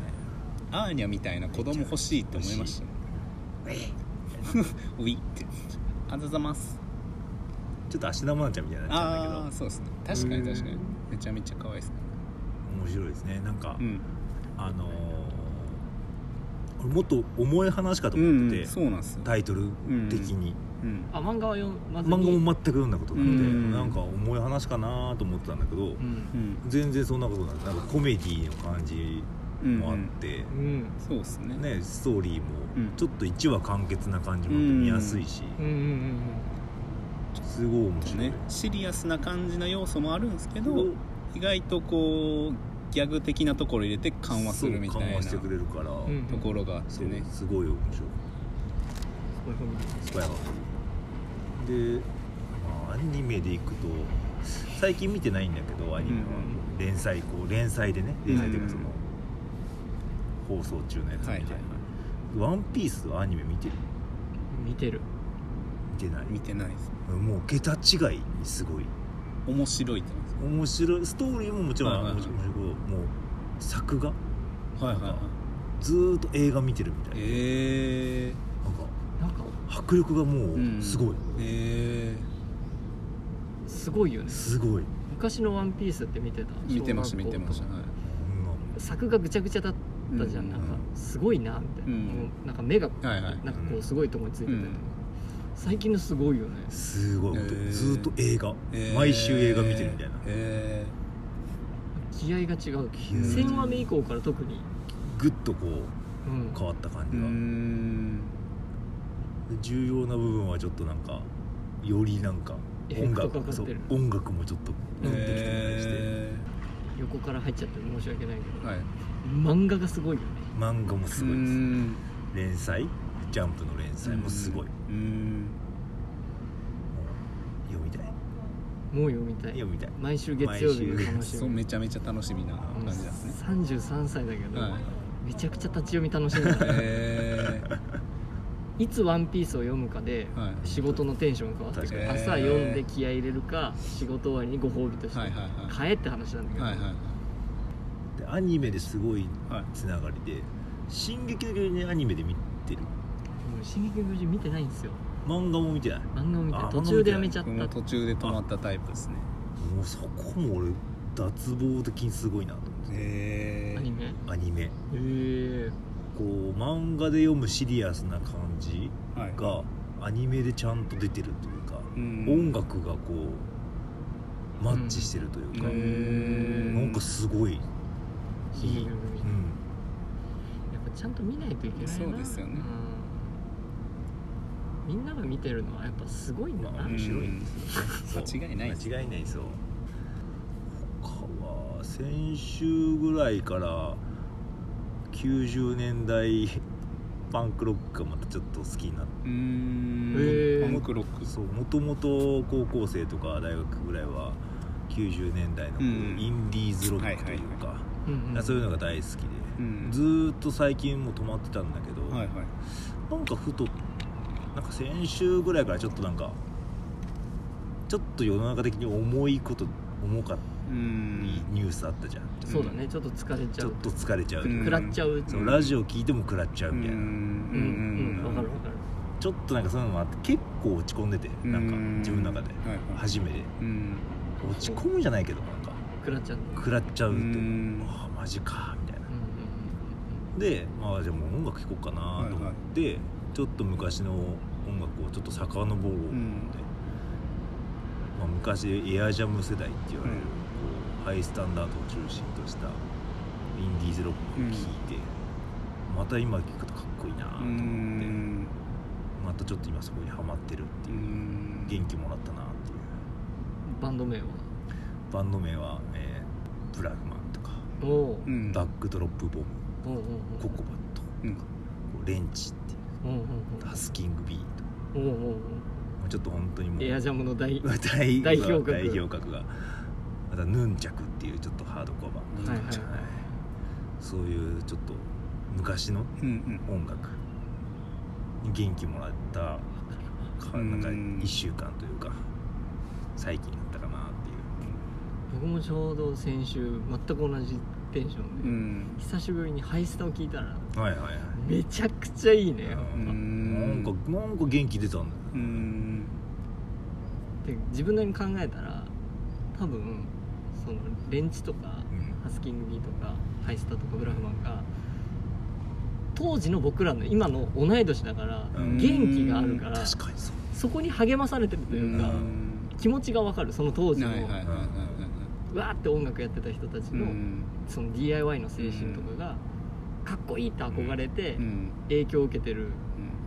[SPEAKER 2] アーニャみたいな子供欲しいって思いましたね ウィってあざざます
[SPEAKER 4] ちょっと芦田愛菜ちゃんみたいになっちゃうん
[SPEAKER 2] ああ
[SPEAKER 4] だ
[SPEAKER 2] そうですね確かに確か
[SPEAKER 3] う
[SPEAKER 2] に
[SPEAKER 3] ん
[SPEAKER 2] めちゃめちゃ可愛いっすね
[SPEAKER 4] けど面白いですねなんか、
[SPEAKER 2] うん
[SPEAKER 4] あのー、俺もっと重い話かと
[SPEAKER 2] う
[SPEAKER 4] 思って
[SPEAKER 2] ん
[SPEAKER 4] て、
[SPEAKER 2] そうなんですよ
[SPEAKER 4] タイトル的に、
[SPEAKER 2] うん
[SPEAKER 3] あ漫画は読まずに
[SPEAKER 4] 漫画も全く読んだことなくて、
[SPEAKER 2] うん
[SPEAKER 4] なんか重い話かなと思ってたんだけど、
[SPEAKER 3] うん
[SPEAKER 2] うん
[SPEAKER 4] 全然そんなことないなんかコメディの感じ
[SPEAKER 2] うん
[SPEAKER 4] もあって、
[SPEAKER 3] うん
[SPEAKER 2] そうですね
[SPEAKER 4] ね、ストーリーも
[SPEAKER 2] うん
[SPEAKER 4] ちょっと1話完結な感じもあって見やすいし、
[SPEAKER 3] うんうんうん
[SPEAKER 4] すごい面白い、
[SPEAKER 2] ねシリアスな感じな要素もあるんですけど意外とこうギャグ的なところ入れて緩和するみた
[SPEAKER 4] そう緩
[SPEAKER 2] い
[SPEAKER 4] 和
[SPEAKER 2] な
[SPEAKER 4] してく
[SPEAKER 2] と
[SPEAKER 4] れるから、
[SPEAKER 3] うんうん
[SPEAKER 2] ころがあって
[SPEAKER 4] そう
[SPEAKER 2] ね
[SPEAKER 4] すごい面白い
[SPEAKER 3] すごい本
[SPEAKER 4] スパイファミリーで、まあ、アニメでいくと最近見てないんだけどアニメは、連載こう連載でね連載っていうかその、放送中のやつみたいな
[SPEAKER 2] はい
[SPEAKER 4] 「ワンピースアニメ見てる
[SPEAKER 3] 見てる
[SPEAKER 4] 見てない
[SPEAKER 2] 見てないです
[SPEAKER 4] もう桁違いにすごい
[SPEAKER 2] 面白いってことで
[SPEAKER 4] 面白いストーリーももちろん
[SPEAKER 2] はいはいはい
[SPEAKER 4] 面白いけどもう作画
[SPEAKER 2] すはいはいはい
[SPEAKER 4] ずーっと映画見てるみたいな,、
[SPEAKER 2] え
[SPEAKER 4] なんか
[SPEAKER 3] なんか
[SPEAKER 4] 迫力がも
[SPEAKER 2] うん
[SPEAKER 4] うすごい、
[SPEAKER 2] ー、え
[SPEAKER 3] すごいよね
[SPEAKER 4] すごい、うん
[SPEAKER 3] 昔の「ワンピースって見てた
[SPEAKER 2] ー、見てました
[SPEAKER 3] 小
[SPEAKER 2] 見
[SPEAKER 3] 学校
[SPEAKER 2] てました
[SPEAKER 3] とか
[SPEAKER 2] はい
[SPEAKER 3] 作画ぐちゃぐちゃだったじゃん、
[SPEAKER 2] うん
[SPEAKER 3] なんかすごいなみたいな、
[SPEAKER 2] うん
[SPEAKER 3] もうなんか目が
[SPEAKER 2] はいはい
[SPEAKER 3] なんかこうすごいとこについてたりとか、最近のすごいよね
[SPEAKER 4] すごい、
[SPEAKER 2] へー
[SPEAKER 4] ずーっと映画、
[SPEAKER 2] えー
[SPEAKER 4] 毎週映画見てるみたいな、
[SPEAKER 2] え
[SPEAKER 3] 気合が違う
[SPEAKER 4] 合が違う
[SPEAKER 3] 1000話目以降から特に、
[SPEAKER 4] ぐっとこう
[SPEAKER 3] うん、
[SPEAKER 4] 変わった感
[SPEAKER 2] ー、う
[SPEAKER 4] じ
[SPEAKER 2] ーん
[SPEAKER 4] が、重要な部分はちょっとなんかよりなんか
[SPEAKER 3] エフェ
[SPEAKER 4] 音
[SPEAKER 3] クトかか
[SPEAKER 4] 楽
[SPEAKER 3] って
[SPEAKER 4] そ
[SPEAKER 3] る
[SPEAKER 4] う音楽もちょっと
[SPEAKER 3] うん
[SPEAKER 4] できてたりして、
[SPEAKER 2] え
[SPEAKER 3] 横から入っちゃって申し訳ないけ
[SPEAKER 2] ー
[SPEAKER 3] ど、
[SPEAKER 2] はい
[SPEAKER 3] 漫画がすごいよね
[SPEAKER 4] 漫画もすご
[SPEAKER 2] う
[SPEAKER 4] いです
[SPEAKER 2] ん
[SPEAKER 4] 連載ジャンプの連載もすごい、も
[SPEAKER 2] うん
[SPEAKER 4] う読みたい
[SPEAKER 3] もう読みたい
[SPEAKER 4] 読みたい
[SPEAKER 3] 毎週月曜日が楽し
[SPEAKER 2] そう
[SPEAKER 3] み
[SPEAKER 2] めちゃめちゃ楽しみな
[SPEAKER 3] もう
[SPEAKER 2] 感じなんですね
[SPEAKER 3] 33歳だけど、
[SPEAKER 2] はい
[SPEAKER 3] めちゃくちゃ立ち読み楽しんでる
[SPEAKER 2] えー
[SPEAKER 3] いつ「ワンピースを読むかで
[SPEAKER 2] はい
[SPEAKER 3] 仕事のテンション変わってくる、
[SPEAKER 2] 確かに
[SPEAKER 3] 朝読んで気合い入れるか仕事終わりにご褒美として、
[SPEAKER 2] はいはいはい
[SPEAKER 3] 買えって話なんだけど、
[SPEAKER 2] はいはい
[SPEAKER 4] でアニメですごい
[SPEAKER 2] はい
[SPEAKER 4] つながりで「進撃の巨人」ねアニメで見てる
[SPEAKER 3] もう進撃の巨人見てないんですよ
[SPEAKER 4] 漫画も見てない
[SPEAKER 3] 漫画を見て
[SPEAKER 4] あ
[SPEAKER 3] 途中でやめちゃっ
[SPEAKER 2] 僕
[SPEAKER 3] た
[SPEAKER 2] も途中で止まったタイプですね
[SPEAKER 4] もうそこも俺脱帽的にすごいなと思って
[SPEAKER 2] へ
[SPEAKER 3] アニメへ
[SPEAKER 4] アニメ
[SPEAKER 3] え
[SPEAKER 4] こう漫画で読むシリアスな感じ
[SPEAKER 2] はい
[SPEAKER 4] がアニメでちゃんと出てるというか、
[SPEAKER 2] 音
[SPEAKER 4] 音楽がこうマッチしてるという
[SPEAKER 3] う
[SPEAKER 4] か、
[SPEAKER 3] ん
[SPEAKER 4] なんかすごい、
[SPEAKER 3] 進撃の巨人
[SPEAKER 4] うん、
[SPEAKER 3] やっぱちゃんと見ないといけないな
[SPEAKER 2] そうですよね
[SPEAKER 3] うんみんなが見てるのはやっぱすごいんだ
[SPEAKER 4] まあ
[SPEAKER 3] な、
[SPEAKER 4] 面白いんです
[SPEAKER 2] う
[SPEAKER 4] よ
[SPEAKER 2] ん
[SPEAKER 4] そ う
[SPEAKER 2] 間違いないです
[SPEAKER 4] 間違いないそう他は先週ぐらいから90年代パンクロックがまたちょっと好きになって
[SPEAKER 2] うん
[SPEAKER 3] へー
[SPEAKER 2] パンクロック
[SPEAKER 4] そうもともと高校生とか大学ぐらいは90年代のこう
[SPEAKER 2] うん
[SPEAKER 4] インディーズロックというか、
[SPEAKER 3] うんうん
[SPEAKER 4] そういうのが大好きで、
[SPEAKER 2] うん
[SPEAKER 4] ずーっと最近も止まってたんだけど、
[SPEAKER 2] はいはい
[SPEAKER 4] なんかふとなんか先週ぐらいからちょっとなんかちょっと世の中的に重いこと重かっ
[SPEAKER 2] う
[SPEAKER 4] た
[SPEAKER 2] ん
[SPEAKER 4] ニュースあったじゃん、
[SPEAKER 3] そうだねちょっと疲れち
[SPEAKER 4] ち
[SPEAKER 3] ゃ
[SPEAKER 4] ょっ
[SPEAKER 3] う
[SPEAKER 4] と疲れちゃうと
[SPEAKER 2] うん
[SPEAKER 4] か、
[SPEAKER 3] 食らっちゃう
[SPEAKER 4] そうラジオ聞いても食らっちゃうみたいな、
[SPEAKER 3] うんうんわかるわかる
[SPEAKER 4] ちょっとなんかそういうのもあって結構落ち込んでてなんか自分の中で
[SPEAKER 2] はいはい
[SPEAKER 4] 初めて
[SPEAKER 2] うん
[SPEAKER 4] 落ち込むじゃないけどなんか
[SPEAKER 3] 食らっちゃうんだよ
[SPEAKER 4] 食らっちゃうと
[SPEAKER 2] う
[SPEAKER 4] い
[SPEAKER 2] ん
[SPEAKER 4] うああマジかみたいな
[SPEAKER 3] うんうん
[SPEAKER 4] でまあじゃあもう音楽聴こうかなと思って、ちょっと昔の音楽をちょっと遡ろうと思って、
[SPEAKER 2] うん
[SPEAKER 4] まあ、昔エアジャム世代って言われる、
[SPEAKER 2] うん
[SPEAKER 4] こうハイスタンダードを中心としたインディーズロックを聴いて、また今聴くとかっこいいなと
[SPEAKER 2] う
[SPEAKER 4] 思って、
[SPEAKER 2] ん
[SPEAKER 4] またちょっと今そこにハマってるって
[SPEAKER 2] う
[SPEAKER 4] いう、
[SPEAKER 2] ん
[SPEAKER 4] 元気もらったなっていう
[SPEAKER 3] うんバンド名は
[SPEAKER 4] バンド名は、えープラグマンとか、
[SPEAKER 3] おお
[SPEAKER 2] う
[SPEAKER 3] ー
[SPEAKER 2] ん
[SPEAKER 4] バックドロップボム
[SPEAKER 3] おうおうお
[SPEAKER 4] ココバットこ
[SPEAKER 2] うん
[SPEAKER 4] うレンチっていう
[SPEAKER 3] おうおう
[SPEAKER 4] ハスキングビート
[SPEAKER 3] おうおうおう
[SPEAKER 4] もうちょっと本当にも
[SPEAKER 3] お
[SPEAKER 4] う
[SPEAKER 3] うエアジャムの大 はい
[SPEAKER 4] 代
[SPEAKER 3] 代表格
[SPEAKER 4] 代表格がまたヌンチャクっていうちょっとハードコア
[SPEAKER 2] は
[SPEAKER 4] 版、
[SPEAKER 3] はいい
[SPEAKER 2] は
[SPEAKER 3] はいい
[SPEAKER 4] そういうちょっと昔の
[SPEAKER 2] うん
[SPEAKER 4] 音楽に元気もらったかなんか
[SPEAKER 2] うん
[SPEAKER 4] 1週間というか最近だったかなっていう
[SPEAKER 3] 僕もちょうど先週全く同じテンション
[SPEAKER 2] う
[SPEAKER 3] で、
[SPEAKER 2] ん
[SPEAKER 3] 久しぶりにハイスタを聞いたら
[SPEAKER 4] はいはいはい
[SPEAKER 3] めちゃくちゃいいねやっぱ
[SPEAKER 4] なんかなんか元気出たんだよ
[SPEAKER 2] うん
[SPEAKER 3] で自分なりに考えたら多分そのレンチとか
[SPEAKER 4] うん
[SPEAKER 3] ハスキングビーとかハイスタとかブラフマンが当時の僕らの今の同い年だから
[SPEAKER 4] うん
[SPEAKER 3] 元気があるから
[SPEAKER 4] 確かにそう
[SPEAKER 3] そこに励まされてるというか気持ちがわかるその当時の
[SPEAKER 2] はいはいはいはいは
[SPEAKER 3] わーって音楽やってた人たち
[SPEAKER 2] い
[SPEAKER 3] のその DIY の精神とかがかっこいいって憧れて
[SPEAKER 2] うん
[SPEAKER 3] 影響を受けてる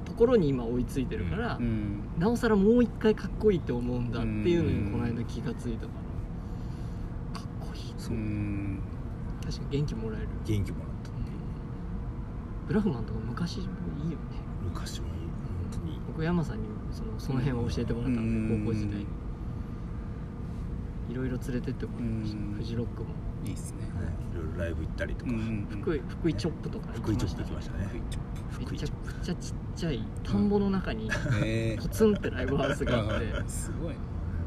[SPEAKER 3] ところに今追いついてるから
[SPEAKER 2] うん
[SPEAKER 3] なおさらもう一回かっこいいって思うんだっていうのにこの間気がついたからかっこいい
[SPEAKER 4] そう
[SPEAKER 2] うん
[SPEAKER 3] 確かに元気もらえる、
[SPEAKER 4] 元気もらった
[SPEAKER 3] ブラフマンとか昔もいいよね
[SPEAKER 4] 昔もいい本当に
[SPEAKER 3] 僕山さんにそのその辺は教えてもらったんで、
[SPEAKER 2] うん
[SPEAKER 3] 高校時代にいろいろ連れてってもらいました、
[SPEAKER 2] うん
[SPEAKER 3] フジロックも
[SPEAKER 2] いいっすね
[SPEAKER 4] ねいろいろライブ行ったりとか、
[SPEAKER 3] 福井福井チョップとか行
[SPEAKER 4] 福井
[SPEAKER 3] き
[SPEAKER 4] ちょ
[SPEAKER 3] ま
[SPEAKER 4] っ
[SPEAKER 3] した
[SPEAKER 4] と行きましたね福
[SPEAKER 3] め
[SPEAKER 4] 井
[SPEAKER 3] ち
[SPEAKER 4] ちょ
[SPEAKER 3] ゃ
[SPEAKER 4] っ
[SPEAKER 3] くちゃちっちゃい田んぼの中に
[SPEAKER 2] え
[SPEAKER 3] ポツンってライブハウスがあって
[SPEAKER 2] えすごい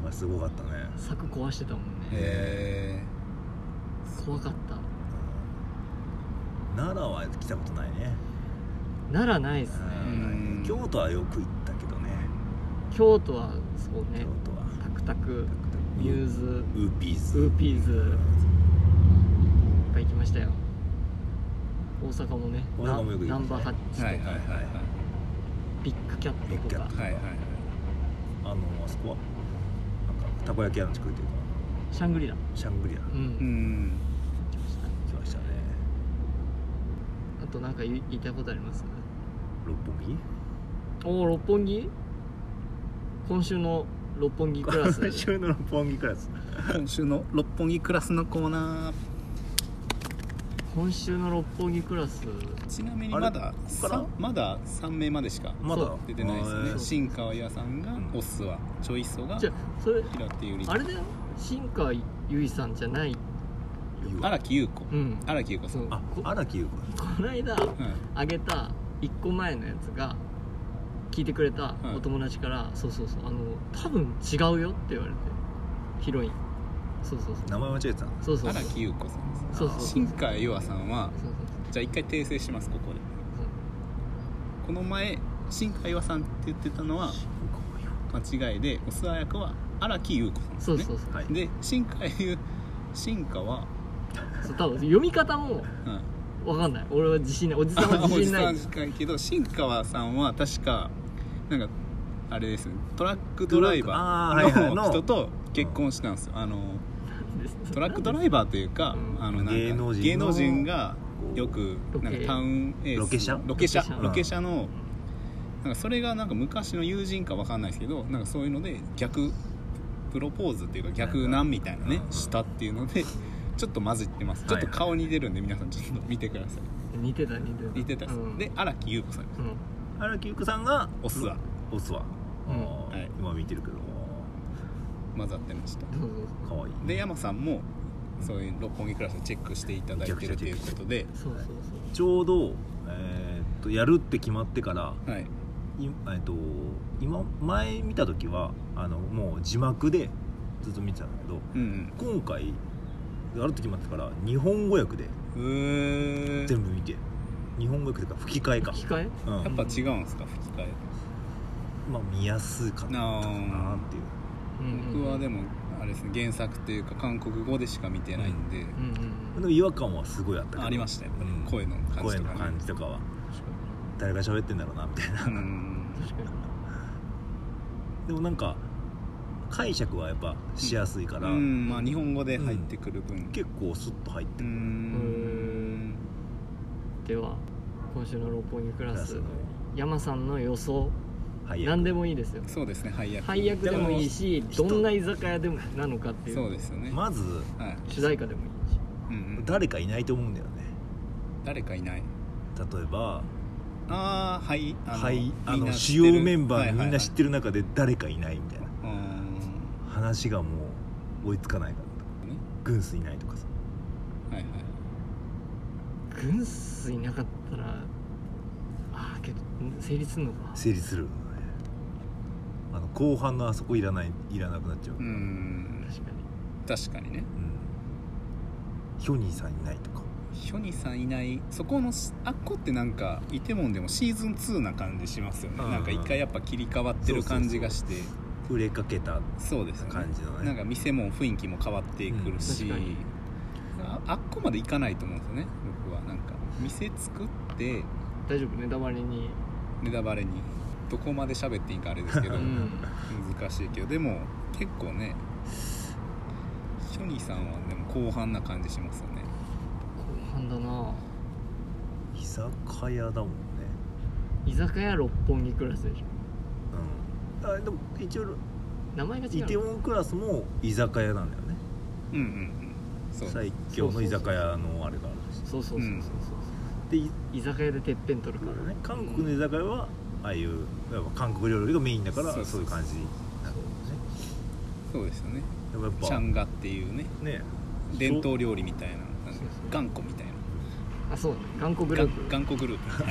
[SPEAKER 4] とすごかったね
[SPEAKER 3] 柵壊してたもんね
[SPEAKER 2] え
[SPEAKER 3] 怖かった
[SPEAKER 4] 奈良は来たことないね
[SPEAKER 3] ならないですね
[SPEAKER 2] ん
[SPEAKER 4] 京都はよく行ったけどね
[SPEAKER 3] 京都はそう
[SPEAKER 4] 京
[SPEAKER 3] ね
[SPEAKER 4] 都は
[SPEAKER 3] タクタクミ
[SPEAKER 4] ニ
[SPEAKER 3] ュ
[SPEAKER 4] ュース
[SPEAKER 3] ー
[SPEAKER 4] ウーピー
[SPEAKER 3] ズ
[SPEAKER 4] ズ
[SPEAKER 3] ウーピーズいっぱい行きましたよ大阪もね
[SPEAKER 4] 大阪もよく行きましたね
[SPEAKER 3] ナンバーハッチとか、
[SPEAKER 2] はいはいはいはい
[SPEAKER 3] ビッグキャット
[SPEAKER 4] ビッグキ
[SPEAKER 3] と
[SPEAKER 4] ャ
[SPEAKER 3] か
[SPEAKER 4] ット
[SPEAKER 2] はいはい
[SPEAKER 4] あのあそこはなんかたこ焼き屋の近くというか
[SPEAKER 3] シャングリラ
[SPEAKER 4] シャングリラ
[SPEAKER 3] うん、
[SPEAKER 2] うん
[SPEAKER 3] 行きました
[SPEAKER 4] 来ましたね
[SPEAKER 3] あとなんか言い言いたいことあります
[SPEAKER 4] 六本木
[SPEAKER 3] おお六本木今週の六本木クラ ス
[SPEAKER 4] 今週の六本木クラス
[SPEAKER 2] 今週の六本木クラスのコーナ
[SPEAKER 3] 今週の六本木クラス
[SPEAKER 2] ーちなみに
[SPEAKER 4] あれ
[SPEAKER 2] まだ
[SPEAKER 4] ここから
[SPEAKER 2] さまだ3名までしか
[SPEAKER 4] まだ
[SPEAKER 3] そう
[SPEAKER 2] 出てないで
[SPEAKER 4] あ
[SPEAKER 2] す
[SPEAKER 4] ー
[SPEAKER 2] ね新川優さんがオスはチョイソが
[SPEAKER 3] じゃあそれ
[SPEAKER 2] 平手友梨
[SPEAKER 3] あれだよ新川由衣さんじゃない
[SPEAKER 4] 言うわ
[SPEAKER 2] 荒木優子
[SPEAKER 3] うん
[SPEAKER 2] 荒木優子さん、
[SPEAKER 3] そう
[SPEAKER 4] あ
[SPEAKER 3] こ
[SPEAKER 4] 荒木優子
[SPEAKER 3] この間
[SPEAKER 2] うん
[SPEAKER 3] あげた1個前のやつが聞いてくれた
[SPEAKER 2] うん
[SPEAKER 3] お友達から「そうそうそうあの多分違うよ」って言われてヒロインそうそうそう
[SPEAKER 4] 名前間違えてた
[SPEAKER 3] そうそうそう
[SPEAKER 2] 荒木優子さんです
[SPEAKER 3] そうそうそう
[SPEAKER 2] 新川優愛さんは
[SPEAKER 3] そうそう
[SPEAKER 2] じゃあ一回訂正しますここでこの前新川優愛さんって言ってたのは間違いでオスア役は荒木優子さんです
[SPEAKER 3] そ
[SPEAKER 2] ね
[SPEAKER 3] うそうそうそう
[SPEAKER 4] はい
[SPEAKER 2] で新川優新川は、
[SPEAKER 3] そう多分読み方も
[SPEAKER 2] うん、
[SPEAKER 3] わかんない俺は自信ないおじさんは
[SPEAKER 2] あお
[SPEAKER 3] 自
[SPEAKER 2] じ
[SPEAKER 3] 信な
[SPEAKER 2] さ
[SPEAKER 3] い
[SPEAKER 2] んしかいけど新川さんは確かなんかあれですねトラックドライバ
[SPEAKER 4] トラックあーはいは
[SPEAKER 2] ーの
[SPEAKER 4] いの
[SPEAKER 2] 人と結婚したんですよあのトラックドライバーというか
[SPEAKER 3] うん
[SPEAKER 2] あのなんか
[SPEAKER 4] 芸能人の
[SPEAKER 2] 芸能人がよく
[SPEAKER 3] ロケ
[SPEAKER 2] なんかタウンエース
[SPEAKER 4] ロケ車
[SPEAKER 2] ロケ車
[SPEAKER 3] ロケ車
[SPEAKER 2] ロケ車のなんかそれがなんか昔の友人かわかんないですけどなんかそういうので逆プロポーズっていうか逆なんみたいなね
[SPEAKER 4] うん
[SPEAKER 2] したっていうのでちょっと混じってます
[SPEAKER 4] はい
[SPEAKER 2] ちょっ
[SPEAKER 4] はい
[SPEAKER 2] と顔に出るんで皆さんちょっと見てください
[SPEAKER 3] 似てた似てた
[SPEAKER 2] 似てたです
[SPEAKER 3] うん
[SPEAKER 2] で荒木優子さんです
[SPEAKER 3] うん
[SPEAKER 4] 荒木優子さんが
[SPEAKER 2] オスは
[SPEAKER 4] オスは、
[SPEAKER 3] うん
[SPEAKER 4] あー
[SPEAKER 2] はい
[SPEAKER 4] 今見てるけど
[SPEAKER 2] 混ざってました
[SPEAKER 3] そうそう
[SPEAKER 4] 可愛い
[SPEAKER 2] で山さんもそういう六本木クラスをチェックしていただいてるということで、
[SPEAKER 3] そうそうそうそう
[SPEAKER 4] ちょうど、えーっとやるって決まってから
[SPEAKER 2] はい、
[SPEAKER 4] いえーっと今前見た時はあのもう字幕でずっと見てたんだけど
[SPEAKER 2] うん
[SPEAKER 4] 今回やるって決まってから日本語訳で
[SPEAKER 2] うんうーん
[SPEAKER 4] 全部見て日本語訳というか吹き替えか、
[SPEAKER 3] 吹き替え
[SPEAKER 4] うん
[SPEAKER 2] やっぱ違うんですか吹き替え
[SPEAKER 4] まあ見やすかったかなっていう
[SPEAKER 3] うん
[SPEAKER 2] 僕はで
[SPEAKER 3] も
[SPEAKER 2] もあれですね原作っていうか韓国語でしか見てないんで、
[SPEAKER 3] うんうん
[SPEAKER 4] でも違和感はすごいあったけど
[SPEAKER 2] ありましたよ、
[SPEAKER 4] うん
[SPEAKER 2] 声の感じ
[SPEAKER 4] 声
[SPEAKER 2] と
[SPEAKER 4] の
[SPEAKER 2] か、ね、
[SPEAKER 4] 感じとかは誰が喋ってんだろうなみたいな
[SPEAKER 2] うん
[SPEAKER 3] 確かに確か
[SPEAKER 4] でもなんか解釈はやっぱしやすいから、
[SPEAKER 2] うんまあ日本語で入ってくる分、
[SPEAKER 4] 結構スッと入って
[SPEAKER 2] う
[SPEAKER 4] くる
[SPEAKER 2] ん
[SPEAKER 3] にでは今週の六本木クラ
[SPEAKER 4] クラス
[SPEAKER 3] ス
[SPEAKER 4] の
[SPEAKER 3] 山さんの予想
[SPEAKER 4] 配役
[SPEAKER 3] 何でもいいですよ
[SPEAKER 2] そうですね配役
[SPEAKER 3] 配役でもいいし
[SPEAKER 4] で
[SPEAKER 3] ど
[SPEAKER 4] も
[SPEAKER 3] んな居酒屋でもなのかってい
[SPEAKER 2] そう
[SPEAKER 3] う
[SPEAKER 2] ですよね、
[SPEAKER 4] まず
[SPEAKER 2] はい
[SPEAKER 3] 主題歌でもいいし
[SPEAKER 2] うんうん、
[SPEAKER 4] 誰かいないと思うんだよね
[SPEAKER 2] 誰かいない
[SPEAKER 4] 例えば
[SPEAKER 2] ああはいあの
[SPEAKER 4] はいあ
[SPEAKER 2] みん
[SPEAKER 4] の
[SPEAKER 2] な知
[SPEAKER 4] 主
[SPEAKER 2] ってる
[SPEAKER 4] 要メンバ
[SPEAKER 2] はい
[SPEAKER 4] ー
[SPEAKER 2] はいは
[SPEAKER 4] み
[SPEAKER 2] い
[SPEAKER 4] んな知ってる中で誰かいないみたいな
[SPEAKER 2] うーん
[SPEAKER 4] 話がもう追いつかないから
[SPEAKER 2] ね
[SPEAKER 4] 軍師いないとかさ
[SPEAKER 2] はいはい
[SPEAKER 3] 軍師いなかったらああけど成立するのか
[SPEAKER 4] 成立するのねあの後半のあそこいらないいらなくなっちゃう、
[SPEAKER 2] うーん
[SPEAKER 3] 確か
[SPEAKER 2] 確かにね
[SPEAKER 4] うんヒョニーさんいないとか
[SPEAKER 2] ヒョニさんいないそこのしあっこってなんかイテモンでもシーズン2な感じしますよね
[SPEAKER 4] うん
[SPEAKER 2] なんか一回やっぱ切り替わってる感じがして
[SPEAKER 4] 売れかけた
[SPEAKER 2] そうですよね
[SPEAKER 4] 感じのね
[SPEAKER 2] なんか店も雰囲気も変わってくるし、
[SPEAKER 3] うん確かに
[SPEAKER 2] ああっこまで行かないと思うんですよね僕はなんか店作って
[SPEAKER 3] に大丈夫ネタバレに
[SPEAKER 2] ネタバレにどこまで喋っていいかあれですけど、
[SPEAKER 3] うん
[SPEAKER 2] 難しいけどでも結構ねヒョニさんはでも後半な感じしますよね
[SPEAKER 3] 後半だな
[SPEAKER 4] 居酒屋だもんね
[SPEAKER 3] 居酒屋六本木クラスでしょ
[SPEAKER 4] うんあでも一応
[SPEAKER 3] 名前が違
[SPEAKER 4] イテウ
[SPEAKER 3] うの
[SPEAKER 4] ォンクラスも居酒屋なんだよね
[SPEAKER 2] うんうんうんそう
[SPEAKER 4] 最強の居酒屋のあれがあるし
[SPEAKER 3] そうそうそうそうそう
[SPEAKER 4] でい
[SPEAKER 3] 居酒屋でてっぺん取る
[SPEAKER 4] だ
[SPEAKER 3] か
[SPEAKER 4] かららね韓国の居酒屋はああいうやっぱ韓国料理がメインだか
[SPEAKER 2] そ
[SPEAKER 4] らそうう
[SPEAKER 2] そうそう
[SPEAKER 4] いう感じなんだ
[SPEAKER 2] そうですよね
[SPEAKER 4] よね
[SPEAKER 2] チ
[SPEAKER 4] で
[SPEAKER 2] ャ
[SPEAKER 4] もやっ
[SPEAKER 2] ンガっていうね
[SPEAKER 4] ぱね
[SPEAKER 2] 伝統料理みたいななんか
[SPEAKER 3] そうそう
[SPEAKER 2] 頑固みたいな
[SPEAKER 3] あそうだね頑固グ
[SPEAKER 2] が
[SPEAKER 3] ループ
[SPEAKER 2] 頑固グループ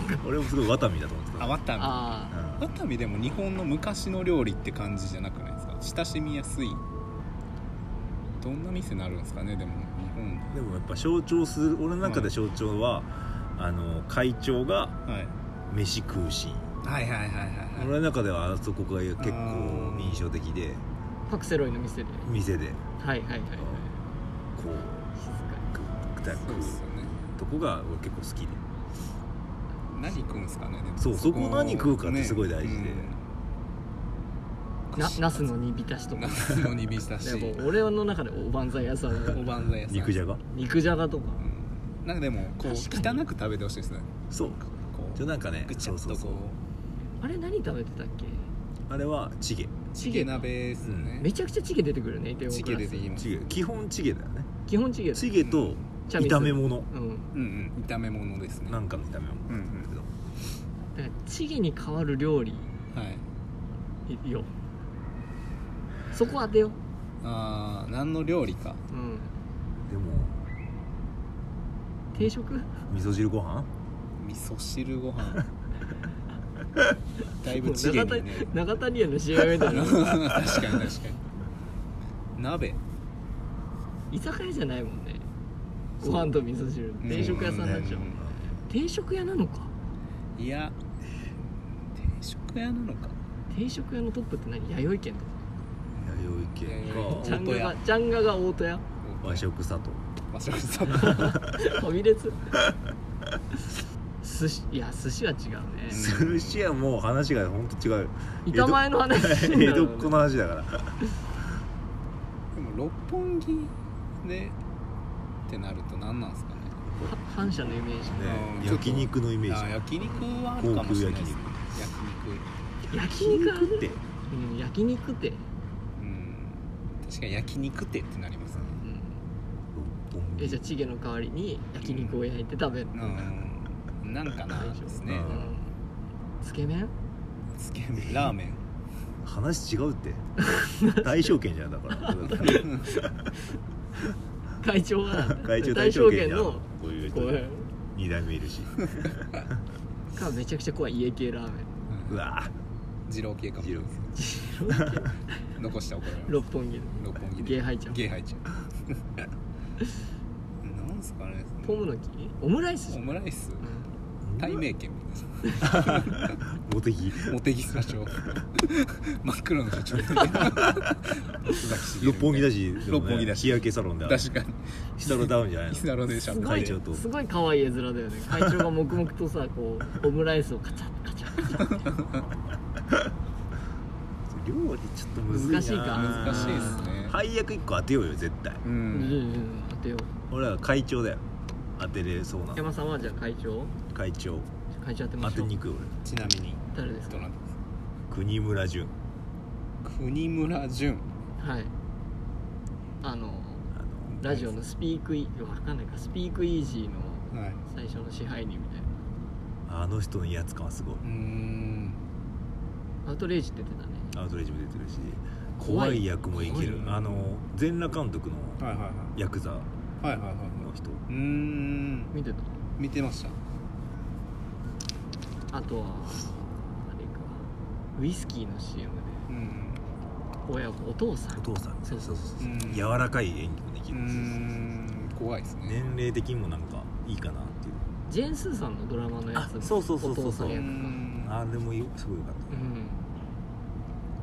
[SPEAKER 2] みたいな
[SPEAKER 4] 俺もすごいワタミだと思ってた
[SPEAKER 2] あワタミ
[SPEAKER 3] ああ
[SPEAKER 4] う
[SPEAKER 2] ワ
[SPEAKER 4] ん
[SPEAKER 2] タミでも日本の昔の料理って感じじゃなくないですか親しみやすいどんな店になるんですかねでも日本
[SPEAKER 4] でもやっぱ象徴する俺の中で象徴は、あの会長が
[SPEAKER 2] はい、
[SPEAKER 4] 飯食うシーン、
[SPEAKER 2] はいはいはいはいは
[SPEAKER 4] 俺の中ではあそこが結
[SPEAKER 2] あ
[SPEAKER 4] 構
[SPEAKER 2] ー
[SPEAKER 4] 印象的で
[SPEAKER 3] パクセロイの店で
[SPEAKER 4] 店で
[SPEAKER 3] はいはいはいはい
[SPEAKER 4] こう
[SPEAKER 3] 静
[SPEAKER 4] グッグ
[SPEAKER 2] い
[SPEAKER 4] ッ
[SPEAKER 2] そうですよね
[SPEAKER 4] とこが俺結構好きで
[SPEAKER 2] 何食うんですかねでも
[SPEAKER 4] そうそこ何食うかってすごい大事で
[SPEAKER 3] かになナスの煮浸しとか
[SPEAKER 2] ナスの煮浸し
[SPEAKER 3] でも俺の中でおばんざい屋さんは
[SPEAKER 2] おばんざい屋さん
[SPEAKER 4] 肉じゃが
[SPEAKER 3] 肉じゃがとか
[SPEAKER 2] うんなんかでもこう汚
[SPEAKER 3] 確かに
[SPEAKER 2] く食べてほしいですね
[SPEAKER 4] そう
[SPEAKER 2] こう
[SPEAKER 4] じゃあなんかね
[SPEAKER 2] ぐちゃ
[SPEAKER 4] そ
[SPEAKER 2] っ
[SPEAKER 4] うそ
[SPEAKER 2] と
[SPEAKER 4] うそ
[SPEAKER 2] こ
[SPEAKER 4] う
[SPEAKER 2] う
[SPEAKER 3] あれ何食べてたっけ
[SPEAKER 4] あれはチゲ
[SPEAKER 2] チゲ鍋ですね、
[SPEAKER 3] めちゃくちゃチゲ出てくるねイテウォン
[SPEAKER 2] チ
[SPEAKER 3] ク
[SPEAKER 2] ゲ
[SPEAKER 3] ラ
[SPEAKER 2] 出
[SPEAKER 3] ス
[SPEAKER 2] てきます
[SPEAKER 4] チゲ基本チゲだよね
[SPEAKER 3] 基本チゲだ
[SPEAKER 4] チゲと
[SPEAKER 3] チャミス
[SPEAKER 4] 炒め物
[SPEAKER 3] うん
[SPEAKER 2] うんうん炒め物ですね
[SPEAKER 4] なんかの炒め
[SPEAKER 2] うんう
[SPEAKER 4] 物なんだけ
[SPEAKER 2] ん
[SPEAKER 4] ど
[SPEAKER 3] だからチゲに代わる料理
[SPEAKER 2] はい
[SPEAKER 3] よそこ当てよ
[SPEAKER 2] あー何の料理か
[SPEAKER 3] う、うん、
[SPEAKER 4] でも
[SPEAKER 3] 定食
[SPEAKER 4] 味噌汁ご飯
[SPEAKER 2] 味噌汁ご 飯だい ぶチゲにね
[SPEAKER 3] 長谷屋の CM みたいな
[SPEAKER 2] 確 かに確かに鍋
[SPEAKER 3] 居酒屋じゃないもんねご飯と味噌汁定食屋さんになっちゃう
[SPEAKER 2] うん
[SPEAKER 3] 定食屋なのか
[SPEAKER 2] いや定食屋なのか
[SPEAKER 3] 定食屋のトップって何弥生県とか
[SPEAKER 4] 弥生県
[SPEAKER 2] 弥
[SPEAKER 3] ジ
[SPEAKER 2] 生県
[SPEAKER 3] ャン
[SPEAKER 4] か
[SPEAKER 3] ガ
[SPEAKER 2] 大
[SPEAKER 3] が
[SPEAKER 2] 戸
[SPEAKER 3] ジャンガが大戸屋
[SPEAKER 4] 和食佐藤
[SPEAKER 2] 和食さ ん
[SPEAKER 3] ファミレ ス寿司いや寿司は違うね
[SPEAKER 4] 寿司屋もう話が本当違う
[SPEAKER 3] 板前の話してんだ
[SPEAKER 4] 江
[SPEAKER 3] ろ
[SPEAKER 4] 戸
[SPEAKER 3] う
[SPEAKER 4] っ
[SPEAKER 3] ね
[SPEAKER 4] 子の話だから
[SPEAKER 2] でも六本木でってなると何なんですかね
[SPEAKER 3] は反射のイメージ
[SPEAKER 2] うん
[SPEAKER 4] ね焼肉のイメ
[SPEAKER 2] あー
[SPEAKER 4] ー
[SPEAKER 2] 焼肉はあるかもしれないですね
[SPEAKER 4] 高
[SPEAKER 2] 焼肉
[SPEAKER 3] 焼肉ある
[SPEAKER 4] ジって
[SPEAKER 3] うん焼肉って、
[SPEAKER 2] うん確かに焼肉ってってなりますね
[SPEAKER 3] うん、
[SPEAKER 4] 六本木
[SPEAKER 3] えじゃあチゲの代わりに焼肉を焼いて食べる
[SPEAKER 2] うんなんかなですね
[SPEAKER 4] うん
[SPEAKER 3] つけ麺
[SPEAKER 2] つけ麺ラーメン
[SPEAKER 4] 話違うって大証券じゃんだから
[SPEAKER 3] 会長は
[SPEAKER 4] 会長大
[SPEAKER 3] 大
[SPEAKER 4] 証
[SPEAKER 3] 証
[SPEAKER 4] 券
[SPEAKER 3] 券
[SPEAKER 4] じゃん
[SPEAKER 3] の
[SPEAKER 4] こういう
[SPEAKER 3] こ
[SPEAKER 4] 人
[SPEAKER 3] う
[SPEAKER 4] 2代目いるし
[SPEAKER 3] かめちゃくちゃ怖い家系ラーメン
[SPEAKER 4] うわぁ
[SPEAKER 2] 二郎系かもしれないですね 残して怒られます
[SPEAKER 3] 六本木の
[SPEAKER 2] 六本木で
[SPEAKER 3] ゲーハイちゃん
[SPEAKER 2] ゲー入っ ちゃうなんすかね
[SPEAKER 3] ポムの木オムライスじ
[SPEAKER 2] オ
[SPEAKER 3] ゃん、
[SPEAKER 2] ムライス
[SPEAKER 3] う
[SPEAKER 2] 対名権みたい
[SPEAKER 4] モテギ
[SPEAKER 2] な茂木社長真っ黒の社長
[SPEAKER 4] 六本木だ
[SPEAKER 2] し
[SPEAKER 4] し
[SPEAKER 2] 六本木だし
[SPEAKER 4] 日焼けサロンだ
[SPEAKER 2] 確かに
[SPEAKER 4] ヒサロダウンじゃないの
[SPEAKER 2] 石田ロでしゃ
[SPEAKER 3] す
[SPEAKER 2] べ
[SPEAKER 3] ご
[SPEAKER 4] 会
[SPEAKER 3] い
[SPEAKER 4] 長と
[SPEAKER 3] すごい可愛い絵面だよね会長が黙々とさこうオムライスをカチャッカチャッカチャッ
[SPEAKER 4] 料理ちょっとむずいな
[SPEAKER 3] 難しいか
[SPEAKER 2] 難しいですね
[SPEAKER 4] 配役一個当てようよ絶対
[SPEAKER 2] う
[SPEAKER 3] うんうん
[SPEAKER 2] ん
[SPEAKER 3] うん当てよう
[SPEAKER 4] 俺は会長だよ当てれそうな
[SPEAKER 3] 山さんはじゃあ会長
[SPEAKER 4] 会長
[SPEAKER 3] 会長当てま
[SPEAKER 4] 当
[SPEAKER 3] してょう
[SPEAKER 4] に行くよ
[SPEAKER 2] ちなみに
[SPEAKER 3] 誰です
[SPEAKER 2] ど
[SPEAKER 3] か
[SPEAKER 2] なたです
[SPEAKER 4] 俺国村淳
[SPEAKER 2] か国村淳
[SPEAKER 3] はいあの
[SPEAKER 4] あの
[SPEAKER 3] ラジオのスピークイわかんないかスピークイージーの
[SPEAKER 2] はい
[SPEAKER 3] 最初の支配人みたい
[SPEAKER 4] あの人の威圧感はすごいう
[SPEAKER 2] ーん
[SPEAKER 3] なアウトレイジって出てたね
[SPEAKER 4] アウトレイジも出てるし
[SPEAKER 3] 怖い
[SPEAKER 4] 怖い役もいける
[SPEAKER 2] 怖い
[SPEAKER 4] あの全裸監督の
[SPEAKER 2] はいはいはい
[SPEAKER 4] ヤクザの
[SPEAKER 2] はいはいはいはい
[SPEAKER 4] 人
[SPEAKER 2] うーん
[SPEAKER 3] 見てた
[SPEAKER 2] 見てました
[SPEAKER 3] あとはあれかウイスキーの CM で
[SPEAKER 2] うん
[SPEAKER 3] 親子お父さ
[SPEAKER 4] お
[SPEAKER 3] ん
[SPEAKER 4] 父さん
[SPEAKER 3] そうそうそ
[SPEAKER 2] う
[SPEAKER 3] う
[SPEAKER 2] ん
[SPEAKER 4] 柔らかい演技もでき
[SPEAKER 2] うー
[SPEAKER 4] る
[SPEAKER 2] ん怖いですね
[SPEAKER 4] 年齢的にもなんかいいかなっていう
[SPEAKER 3] ジェーン・スーさんのドラマのやつ
[SPEAKER 4] あそうそうそ
[SPEAKER 3] お
[SPEAKER 4] うそう
[SPEAKER 3] 父
[SPEAKER 4] そ
[SPEAKER 3] さ
[SPEAKER 4] うん
[SPEAKER 2] うー
[SPEAKER 3] 役
[SPEAKER 2] ん
[SPEAKER 3] か
[SPEAKER 4] ああでもいいすごいよかっ
[SPEAKER 3] うん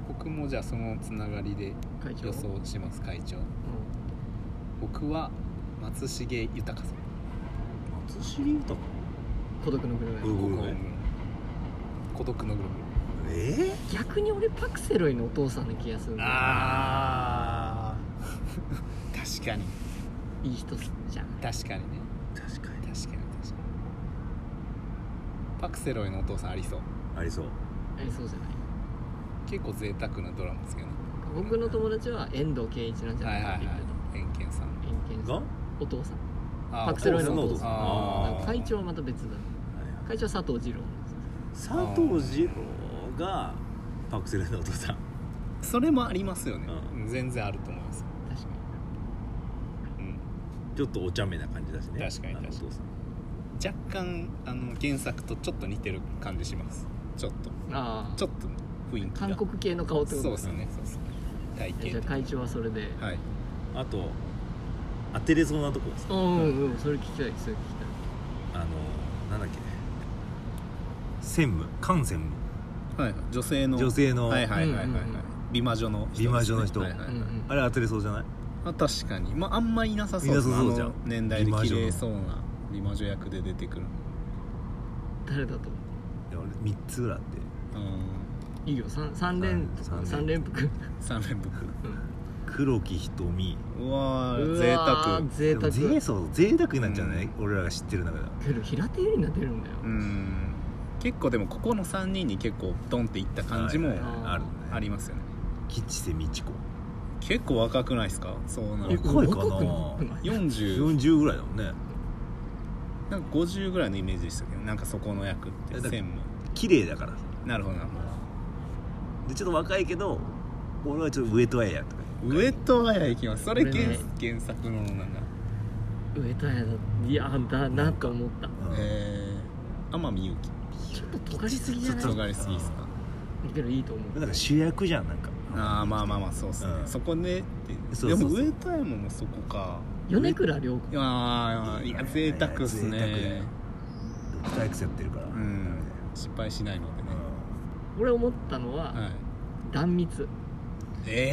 [SPEAKER 2] 僕もじゃあそのつながりで
[SPEAKER 3] 会長
[SPEAKER 2] 予想します会長
[SPEAKER 3] う
[SPEAKER 2] 僕は松重豊さん
[SPEAKER 4] た松重豊
[SPEAKER 3] ん孤独のグルメ
[SPEAKER 4] うん
[SPEAKER 2] ここ孤独のグルメ
[SPEAKER 4] ええ
[SPEAKER 3] 逆に俺パクセロイのお父さんの気がするんだよ
[SPEAKER 2] あー 確かに
[SPEAKER 3] いい人じゃん
[SPEAKER 2] 確かにね
[SPEAKER 4] 確
[SPEAKER 2] 確かに
[SPEAKER 4] かに
[SPEAKER 2] 確かにパクセロイのお父さんありそう
[SPEAKER 4] ありそう
[SPEAKER 3] えそうじゃない
[SPEAKER 2] 結構贅沢なドラマですけどね
[SPEAKER 3] 僕の友達は遠藤圭一なんじゃ
[SPEAKER 2] は
[SPEAKER 3] ないい
[SPEAKER 2] は
[SPEAKER 3] か
[SPEAKER 2] い
[SPEAKER 3] って言
[SPEAKER 2] は
[SPEAKER 3] ってた
[SPEAKER 2] い遠見さん
[SPEAKER 3] 偏見さ
[SPEAKER 4] が
[SPEAKER 3] んお父さん
[SPEAKER 2] あー
[SPEAKER 3] パクセロイのお父さん
[SPEAKER 2] あー
[SPEAKER 3] なんか会長はまた別だ会長は佐藤二郎
[SPEAKER 4] 佐藤二郎がパクセルのお父さん
[SPEAKER 2] それもありますよね、
[SPEAKER 4] う
[SPEAKER 2] 全然あると思います、
[SPEAKER 3] 確か
[SPEAKER 2] うん、
[SPEAKER 4] ちょっとお茶目な感じだしね
[SPEAKER 2] 確かに
[SPEAKER 4] あの
[SPEAKER 2] 確かに
[SPEAKER 4] お父さん
[SPEAKER 2] 若干あの原作とちょっと似てる感じしますちょっと
[SPEAKER 3] にああ
[SPEAKER 2] ちょっと雰囲気が
[SPEAKER 3] 韓国系の顔ってこと
[SPEAKER 2] そう
[SPEAKER 3] で
[SPEAKER 2] ですすねそうですね体型
[SPEAKER 3] ねじゃあ会長はそれで
[SPEAKER 2] はい
[SPEAKER 4] あと当てれそうなとこです
[SPEAKER 3] うんうんうんそれ聞きたいそれ聞きたい
[SPEAKER 4] あのなんだっけ専務菅専務
[SPEAKER 2] はい女性の
[SPEAKER 4] 女性の
[SPEAKER 2] はいはいはいはい、はい
[SPEAKER 3] うんうんうん
[SPEAKER 2] 美魔女の人ですね
[SPEAKER 4] 美魔女の人
[SPEAKER 2] はいはいはい
[SPEAKER 3] うんうん
[SPEAKER 4] あれ当てれそうじゃない
[SPEAKER 2] あ確かにまああんまいなさそう
[SPEAKER 4] いなさそうじゃん
[SPEAKER 2] あの年代で綺麗そうな美魔女役で出てくる
[SPEAKER 3] 誰だと思
[SPEAKER 4] いや俺3つぐらいあっ
[SPEAKER 2] う
[SPEAKER 4] て
[SPEAKER 2] ん
[SPEAKER 3] ういいよ三三連
[SPEAKER 4] 三連
[SPEAKER 3] 三連服
[SPEAKER 2] 三連服
[SPEAKER 4] 黒木瞳
[SPEAKER 2] うわ
[SPEAKER 3] う
[SPEAKER 2] ー
[SPEAKER 3] わ
[SPEAKER 2] 贅沢
[SPEAKER 3] ー贅沢
[SPEAKER 4] でも贅沢贅沢になっちゃうね、俺らが知ってる中では
[SPEAKER 3] けど平手友梨になってるんだよ
[SPEAKER 2] うん結構でもここの3人に結構ドンっていった感じも
[SPEAKER 4] はいはいはいあるね
[SPEAKER 2] ありますよね
[SPEAKER 4] 吉瀬美智子
[SPEAKER 2] 結構若くないですかそうな
[SPEAKER 4] え
[SPEAKER 2] ると
[SPEAKER 4] 若いかな
[SPEAKER 3] くない
[SPEAKER 2] 40
[SPEAKER 4] 40ぐらいだもんね
[SPEAKER 2] なんか50ぐらいのイメージでしたけどなんかそこの役っ
[SPEAKER 4] えだか
[SPEAKER 2] て
[SPEAKER 4] ら
[SPEAKER 2] 専務
[SPEAKER 4] 綺麗だからさ
[SPEAKER 2] なるほどなる
[SPEAKER 4] でちょっと若いけど俺はちょっと上戸彩とか
[SPEAKER 2] ほどウエットワイヤーいきますそれ原
[SPEAKER 3] これね
[SPEAKER 2] 原作のなんだ
[SPEAKER 3] 上戸彩だいやだなと思った
[SPEAKER 4] うん
[SPEAKER 2] えー天海祐希
[SPEAKER 3] ちょっと尖りすぎじゃない
[SPEAKER 2] ちょっと尖りすぎですか
[SPEAKER 3] けどいいと思う
[SPEAKER 4] なんか主役じゃんなんか
[SPEAKER 2] ああまあまあまあそうっすね、
[SPEAKER 4] うん
[SPEAKER 2] そこねって
[SPEAKER 4] そうそうそう
[SPEAKER 2] でも上田山もそこか
[SPEAKER 3] 米倉涼子
[SPEAKER 2] いやーいや贅沢っす
[SPEAKER 4] いやいや贅沢だ
[SPEAKER 2] ね
[SPEAKER 4] よ6体癖やってるから、
[SPEAKER 2] うん失敗しないのでね、
[SPEAKER 3] 俺思ったのは、
[SPEAKER 2] はい、
[SPEAKER 3] 断密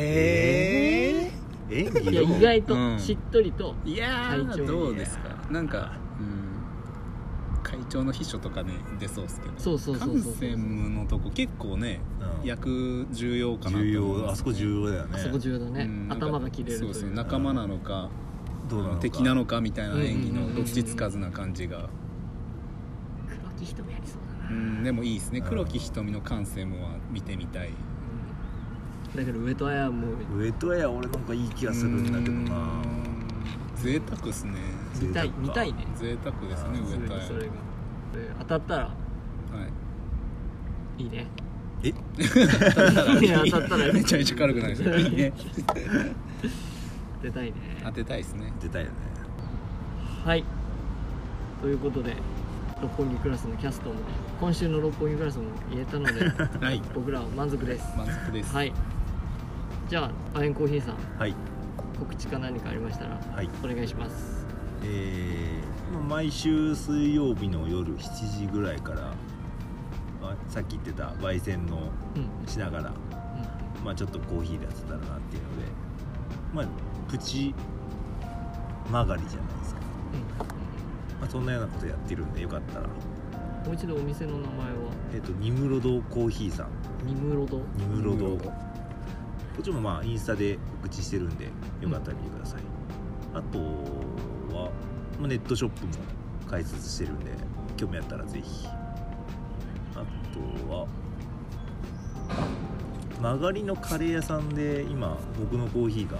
[SPEAKER 2] え
[SPEAKER 4] うん演技
[SPEAKER 3] いや
[SPEAKER 4] の
[SPEAKER 3] 意外
[SPEAKER 2] う
[SPEAKER 3] と
[SPEAKER 2] ん
[SPEAKER 3] しっとりと、
[SPEAKER 2] えー、いや
[SPEAKER 3] 会長
[SPEAKER 2] ーどうですかなんか、うん、会長の秘書とかね出そうっすけど
[SPEAKER 3] そうそうそうそう
[SPEAKER 2] 幹線のとこ結構ね
[SPEAKER 4] うん
[SPEAKER 2] 役重要かなと思う
[SPEAKER 4] 重
[SPEAKER 2] んですよね
[SPEAKER 4] 要あそこ重要だよね
[SPEAKER 3] あそこ重要だね、
[SPEAKER 2] うんなんか
[SPEAKER 3] 頭が切れる
[SPEAKER 2] そ
[SPEAKER 3] と
[SPEAKER 2] う
[SPEAKER 3] い
[SPEAKER 2] で
[SPEAKER 3] う
[SPEAKER 2] すね仲間なのか、
[SPEAKER 4] どうなのか
[SPEAKER 2] 敵なのかみたいな演技
[SPEAKER 3] うんうんう
[SPEAKER 2] の
[SPEAKER 3] ん
[SPEAKER 2] どっちつかずな感じが、
[SPEAKER 3] 黒木瞳やりそうだ
[SPEAKER 2] う
[SPEAKER 3] な、
[SPEAKER 2] ん、でもいいですね
[SPEAKER 4] うん
[SPEAKER 2] 黒木瞳の感性もは見てみたい
[SPEAKER 3] だけど上戸彩はもう
[SPEAKER 4] 上戸彩俺なんかいい気がするんだけどな
[SPEAKER 2] うん贅沢っすね
[SPEAKER 3] 見たい
[SPEAKER 4] 贅沢か
[SPEAKER 3] 見たいね
[SPEAKER 2] 贅沢ですね
[SPEAKER 4] あ
[SPEAKER 2] 上田
[SPEAKER 3] それ
[SPEAKER 2] 屋
[SPEAKER 3] がそれがで当たったら
[SPEAKER 2] はい
[SPEAKER 3] いいね
[SPEAKER 4] え
[SPEAKER 3] いや 当たったらいい
[SPEAKER 2] めちゃめちゃ軽くなるいい ね
[SPEAKER 3] 出たいね
[SPEAKER 2] 当てたいですね
[SPEAKER 4] 出たいよね
[SPEAKER 3] はいということで六本木クラスのキャストも今週の六本木クラスも言えたの で
[SPEAKER 2] はい
[SPEAKER 3] 僕らは満足です
[SPEAKER 2] 満足です
[SPEAKER 3] はいじゃあアエンコーヒーさん
[SPEAKER 4] はい
[SPEAKER 3] 告知か何かありましたら
[SPEAKER 4] はい
[SPEAKER 3] お願いします
[SPEAKER 4] えーまあ毎週水曜日の夜7時ぐらいからあさっき言ってた焙煎の
[SPEAKER 3] うん
[SPEAKER 4] しながら、
[SPEAKER 3] う
[SPEAKER 4] まあ、ちょっとコーヒー出せたらなっていうのでまあプチ曲がりじゃないですか、
[SPEAKER 3] んうん
[SPEAKER 4] まあ、そんなようなことやってるんでよかったら
[SPEAKER 3] うんもう一度お店の名前は
[SPEAKER 4] えっ、とニムロドコーヒーさん
[SPEAKER 3] ニムロド
[SPEAKER 4] ニムロ
[SPEAKER 2] ニ
[SPEAKER 4] ド
[SPEAKER 2] ムロド
[SPEAKER 4] こっちもまあインスタで告知してるんでよかったら見てください、あとは、まあ、ネットショップも開設してるんで興味あったらぜひあとは曲がりのカレー屋さんで今僕のコーヒーが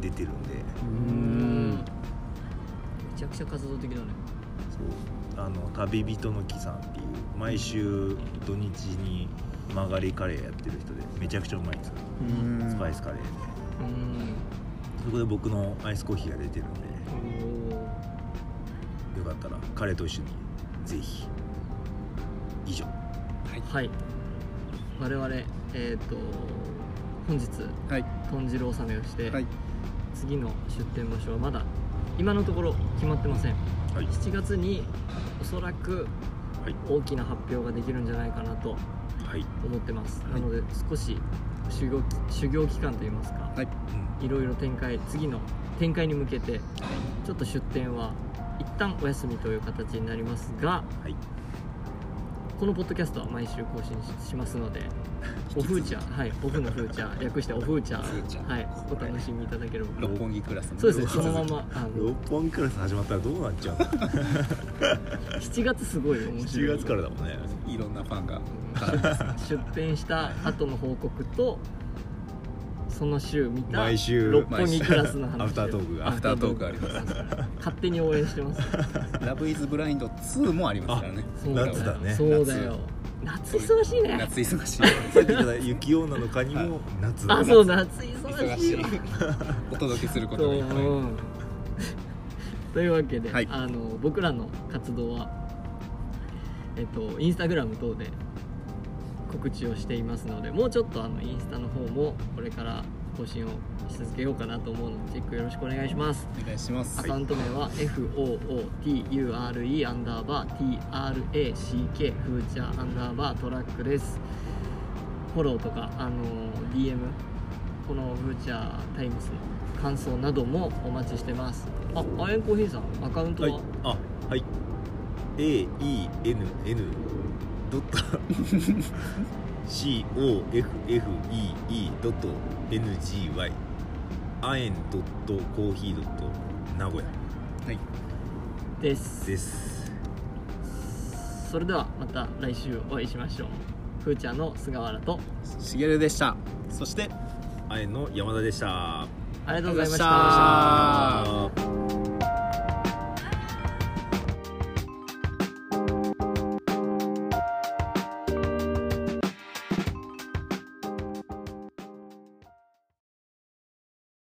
[SPEAKER 4] 出てるんで
[SPEAKER 2] う
[SPEAKER 3] うーめ
[SPEAKER 2] ん
[SPEAKER 3] ちゃくちゃ活動的だね
[SPEAKER 4] そうあの旅人の木さんっていう毎週土日に曲がりカレーやってる人でめちゃくちゃうまいんですよ
[SPEAKER 2] うん
[SPEAKER 4] スパイスカレーで
[SPEAKER 3] うん
[SPEAKER 4] そこで僕のアイスコーヒーが出てるんで
[SPEAKER 3] おー
[SPEAKER 4] よかったらカレーと一緒にぜひ以上
[SPEAKER 3] はい我々えっ、と本日
[SPEAKER 2] はい
[SPEAKER 3] 豚汁納めをして、
[SPEAKER 2] はい
[SPEAKER 3] 次の出店場所はまだ今のところ決まってません
[SPEAKER 4] はい
[SPEAKER 3] 7月におそらく
[SPEAKER 4] はい
[SPEAKER 3] 大きな発表ができるんじゃないかなと
[SPEAKER 4] はい、
[SPEAKER 3] 思ってます、
[SPEAKER 4] はい
[SPEAKER 3] なので少し修行修行期間といいますか、
[SPEAKER 2] はい
[SPEAKER 3] いろいろ展開次の展開に向けてちょっと出店は一旦お休みという形になりますが
[SPEAKER 4] はい
[SPEAKER 3] このポッドキャストは毎週更新ししますのでオフーチャーはいオフのフーチャー略してオフーチャ
[SPEAKER 2] フーチャ
[SPEAKER 3] ー
[SPEAKER 2] ー
[SPEAKER 3] はいお楽しみいただければ
[SPEAKER 2] 六本木クラス
[SPEAKER 3] そうですねそ
[SPEAKER 2] の
[SPEAKER 3] のままあの
[SPEAKER 4] 六本木クラス始まったらどうなっちゃうの
[SPEAKER 3] 7月すごい面白い
[SPEAKER 4] 7月からだもんね
[SPEAKER 2] いろんなファンが
[SPEAKER 3] 出店した後の報告とその週見た
[SPEAKER 4] 毎週
[SPEAKER 3] 六本木クラスの話
[SPEAKER 4] アフタートークが
[SPEAKER 2] アフタートークあります
[SPEAKER 3] 勝手に応援してます
[SPEAKER 2] 「ラブイズブラインド2もありますからね
[SPEAKER 3] そうよ
[SPEAKER 4] 夏だね
[SPEAKER 3] そうだよ夏忙しいね
[SPEAKER 2] 夏忙しい
[SPEAKER 4] さっき言った雪女の蚊にも夏
[SPEAKER 3] あそう夏忙
[SPEAKER 2] 忙
[SPEAKER 3] しい
[SPEAKER 2] し
[SPEAKER 3] よ
[SPEAKER 2] いお届けするこ
[SPEAKER 3] そ
[SPEAKER 2] と
[SPEAKER 3] う
[SPEAKER 2] がいっぱい
[SPEAKER 3] うん というわけで、
[SPEAKER 2] はい
[SPEAKER 3] あの僕らの活動はえっとインスタグラム等で告知をしていますのでもうちょっとあのインスタの方もこれから更新をし続けようかなと思うのでチェックよろしくお願いします
[SPEAKER 2] お願いします
[SPEAKER 3] アカウント名は FOOTURE アンダーバー TRACK フーチャーアンダーバートラックですフォローとか、あの DM このフーチャータイムスの感想などもお待ちしてますあアエンコーヒーさんアカウント
[SPEAKER 4] は
[SPEAKER 3] は、
[SPEAKER 4] いあはい AENN ドット COFFEE ドット NGY アエンドットコーヒードット名古屋
[SPEAKER 2] はい
[SPEAKER 3] です
[SPEAKER 4] です
[SPEAKER 3] それではまた来週お会いしましょうふーちゃんの菅原と
[SPEAKER 2] しげるでしたそして
[SPEAKER 4] あえの山田でした
[SPEAKER 3] ありがとうございまし
[SPEAKER 2] ありがとうございましたあー
[SPEAKER 3] た